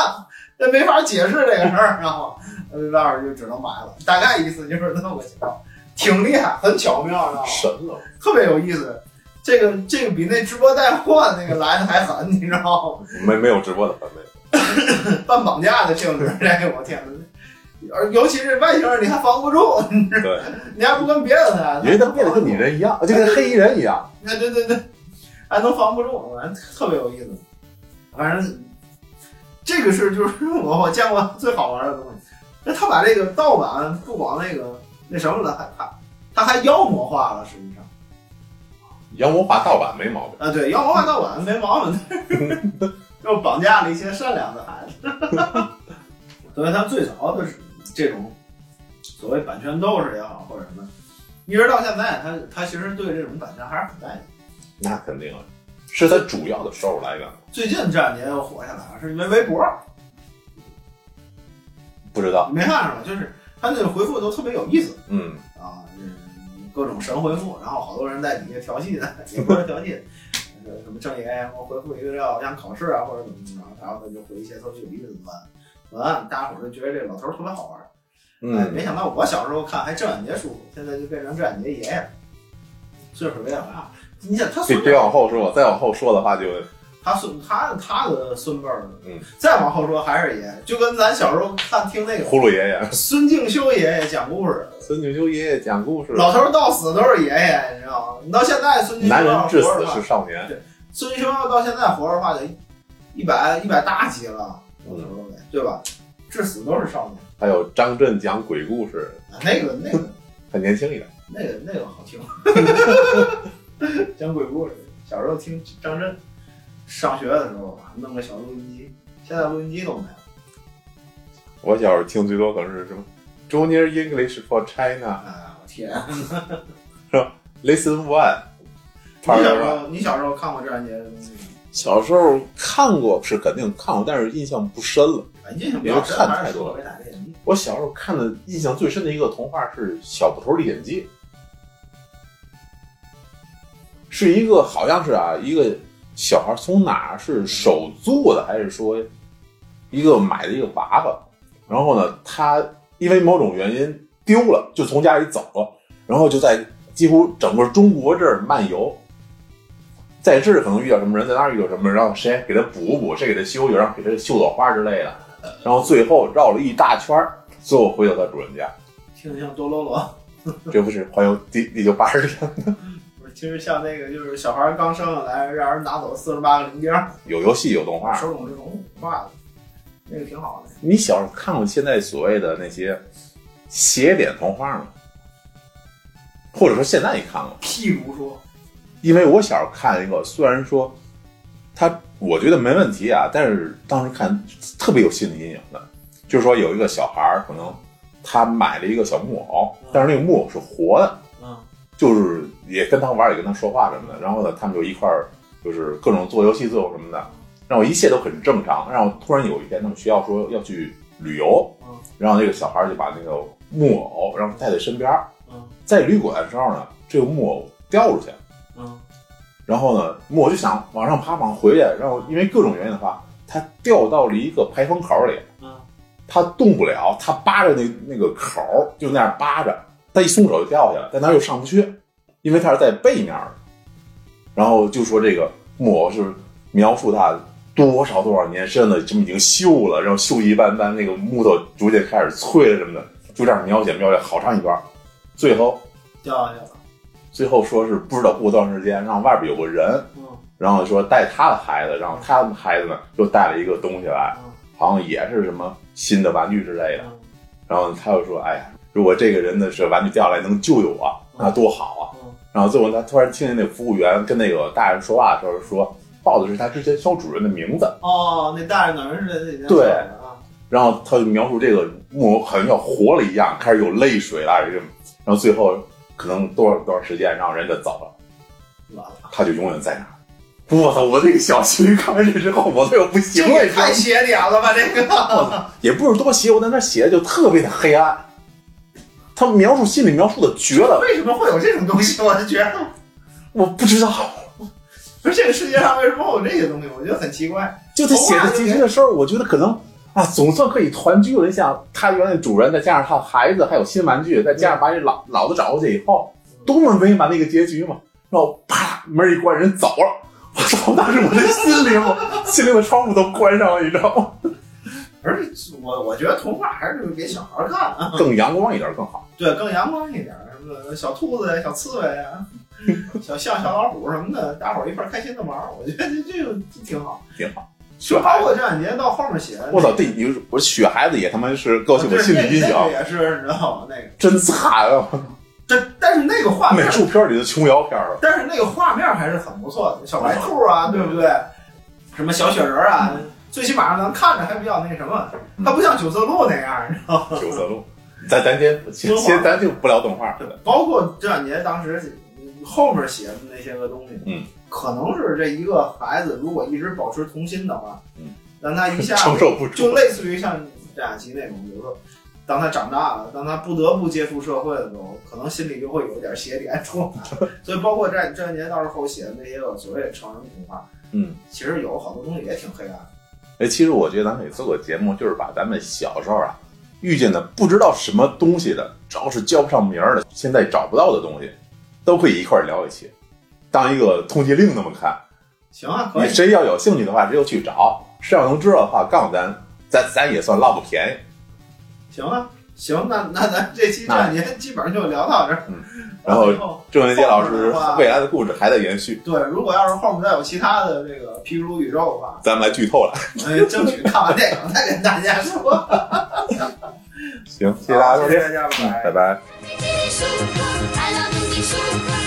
这没法解释这个事儿，然后呃没办法就只能买了。大概意思就是这么个情况，挺厉害，很巧妙，你知道吗？神了！特别有意思。这个这个比那直播带货那个来的还狠，你知道吗？没没有直播的版本，半绑架的性质，这个我天哪！而尤其是外星人，你还防不住，你知道吗你还不跟别人来，因为他变得跟你人一样，就跟黑衣人一样。那哎对对对，还能防不住，反正特别有意思。反正这个是 就是我我见过最好玩的东西。那他把这个盗版不光那个那什么了，还还他还妖魔化了，实际上妖魔化盗版没毛病，啊，对，妖魔化盗版没毛病， 但是又绑架了一些善良的孩子。 所以他最早的是这种所谓版权斗士也好，或者什么，一直到现在，他他其实对这种版权还是很在意的。那肯定啊，是他主要的收入来源。最近这两年又火起来了，是因为微博，不知道，你没看着吗？就是他那个回复都特别有意思嗯，啊，就是各种神回复，然后好多人在底下调戏的，也不是调戏，呃什么郑爷我回复一个要想考试啊，或者怎么怎么着，然后他就回一些特别有意思的文案，文案大家伙儿就觉得这老头儿特别好玩儿。哎，嗯，没想到我小时候看还郑远杰舒服，现在就变成郑远杰爷爷了，岁数有点大。你想他别孙子别往后说，再往后说的话就他孙他他的孙辈儿，嗯，再往后说还是爷爷，就跟咱小时候看听那个葫芦爷爷、孙敬修爷爷讲故事，孙敬修爷爷讲故事。老头儿到死都是爷爷，你知道吗？你到现在孙敬修男人要至活着死的话是少年，孙敬修要到现在活着的话，得一百一百大几了，老头儿都得，对吧？至死都是少年，还有张震讲鬼故事，啊那个那个很年轻一点。那个那个好听，讲鬼故事。小时候听张震，上学的时候吧，弄个小录音机，现在录音机都没有我小时候听最多可能是什么 Junior English for China 啊！我天， Lesson One 你 Part 小时 One。候你小时候看过郑渊洁的东西吗？小时候看过是肯定看过，但是印象不深了。哎印象比较深，因为看还太是说多了没打开眼睛。我小时候看的印象最深的一个童话是《小捕头历险记》，是一个好像是啊，一个小孩从哪儿是手做的，还是说一个买的一个娃娃，然后呢，他因为某种原因丢了，就从家里走了，然后就在几乎整个中国这儿漫游。在这儿可能遇到什么人，在那儿遇到什么人，然后谁给他补补，谁给他修修，然后给他绣朵花之类的，然后最后绕了一大圈儿，最后回到他主人家。听着像多罗罗，这不是环游地地球八十天，不是，其实像那个就是小孩刚生下来，让人拿走四十八个零件儿，有游戏有动画。手冢治虫画的，那个挺好的。你小时候 看过现在所谓的那些邪典童话吗？或啊者说现在你看过吗？譬如说，因为我小时候看一个，虽然说他我觉得没问题啊，但是当时看特别有心理阴影的，就是说有一个小孩儿可能他买了一个小木偶，但是那个木偶是活的，嗯就是也跟他玩儿，也跟他说话什么的。然后呢，他们就一块儿就是各种做游戏、做什么的，让我一切都很正常。让我突然有一天，他们学校说要去旅游嗯，然后那个小孩儿就把那个木偶然后带在身边儿嗯，在旅馆的时候呢，这个木偶掉出去了。嗯然后呢，木偶就想往上爬，往回去，然后因为各种原因的话，它掉到了一个排风口里，嗯，它动不了，它扒着那那个口儿就那样扒着，它一松手就掉下来，但它又上不去，因为它是在背面儿然后就说这个木偶是描述它多少多少年身子这么已经锈了，然后锈迹斑斑，那个木头逐渐开始脆了什么的，就这样描写描写好长一段儿，最后掉下去了，最后说是不知道过多长时间，让外边有个人，嗯然后说带他的孩子，然后他的孩子呢又带了一个东西来，嗯好像也是什么新的玩具之类的。嗯然后他又说：“哎呀，如果这个人的是玩具掉下来能救救我，那多好啊嗯！”然后最后他突然听见那服务员跟那个大人说话的时候说，报的是他之前小主人的名字。哦，那大人等于是在那里面对坐着啊，然后他就描述这个木偶好像要活了一样，开始有泪水啦，这种然后最后可能多少多少时间，然后人就走了，完了，他就永远在那儿。我操！我这个小情侣看完这之后，我都要不行这了，也你知道吗太邪点了吧，这个，也不是多邪乎，但他写的就特别的黑暗。他描述心理描述的绝了，为什么会有这种东西？我就觉得， 我不知道。不是这个世界上为什么会有这些东西？我觉得很奇怪。就他写的结局的时候，我觉得可能啊，总算可以团聚了。你想，他原来主人，再加上他的孩子，还有新玩具，再加上把这老老的找回去以后，多么美满的一个结局嘛！然后啪，门一关，人走了。我操！当时我的心灵，我心灵的窗户都关上了，你知道吗？而且我我觉得童话还是给小孩看啊，更阳光一点更好。对，更阳光一点，什么小兔子呀、小刺 猬呀、小象、小老虎什么的，大伙儿一块儿开心的玩儿，我觉得这这个挺好。挺好。就包括郑远杰到后面写的那个，我操！这你我雪孩子也他妈是勾起我心理阴影那，个也是，你知道吗？那个，真惨啊！但但是那个画面美，术片里的琼瑶片儿，但是那个画面还是很不错的，小白兔啊，对嗯不对？什么小雪人啊，最起码咱看着还比较那什么，它不像九色鹿那样，你知道吗？ 《九色鹿》。咱咱先先先咱就不聊动画，包括郑远杰当时后面写的那些个东西，嗯，可能是这一个孩子如果一直保持童心的话，嗯，让他一下承受不就住。类似于像郑雅琪那种，比如说，当他长大了，当他不得不接触社会的时候，可能心里就会有点邪点出来。所以，包括郑郑年到时候写的那些个所谓的成人童话，嗯，其实有好多东西也挺黑暗的。哎，其实我觉得咱们也做过节目，就是把咱们小时候啊遇见的不知道什么东西的，只要是叫不上名儿的，现在找不到的东西，都可以一块儿聊一起，当一个通缉令那么看。行啊，可你以，谁要有兴趣的话，谁就去找；谁要能知道的话，告诉咱，咱咱也算落个便宜。行啊，行，那那咱这期郑雅年基本上就聊到这儿。嗯然后以后郑文杰老师后面的话未来的故事还在延续，对，如果要是后面再有其他的这个皮鲁宇宙的话，咱们来剧透了。嗯，争取看完电影再跟大家说。行，谢谢大家收谢听谢，大家，拜拜。拜拜。快乐的树，快乐的树。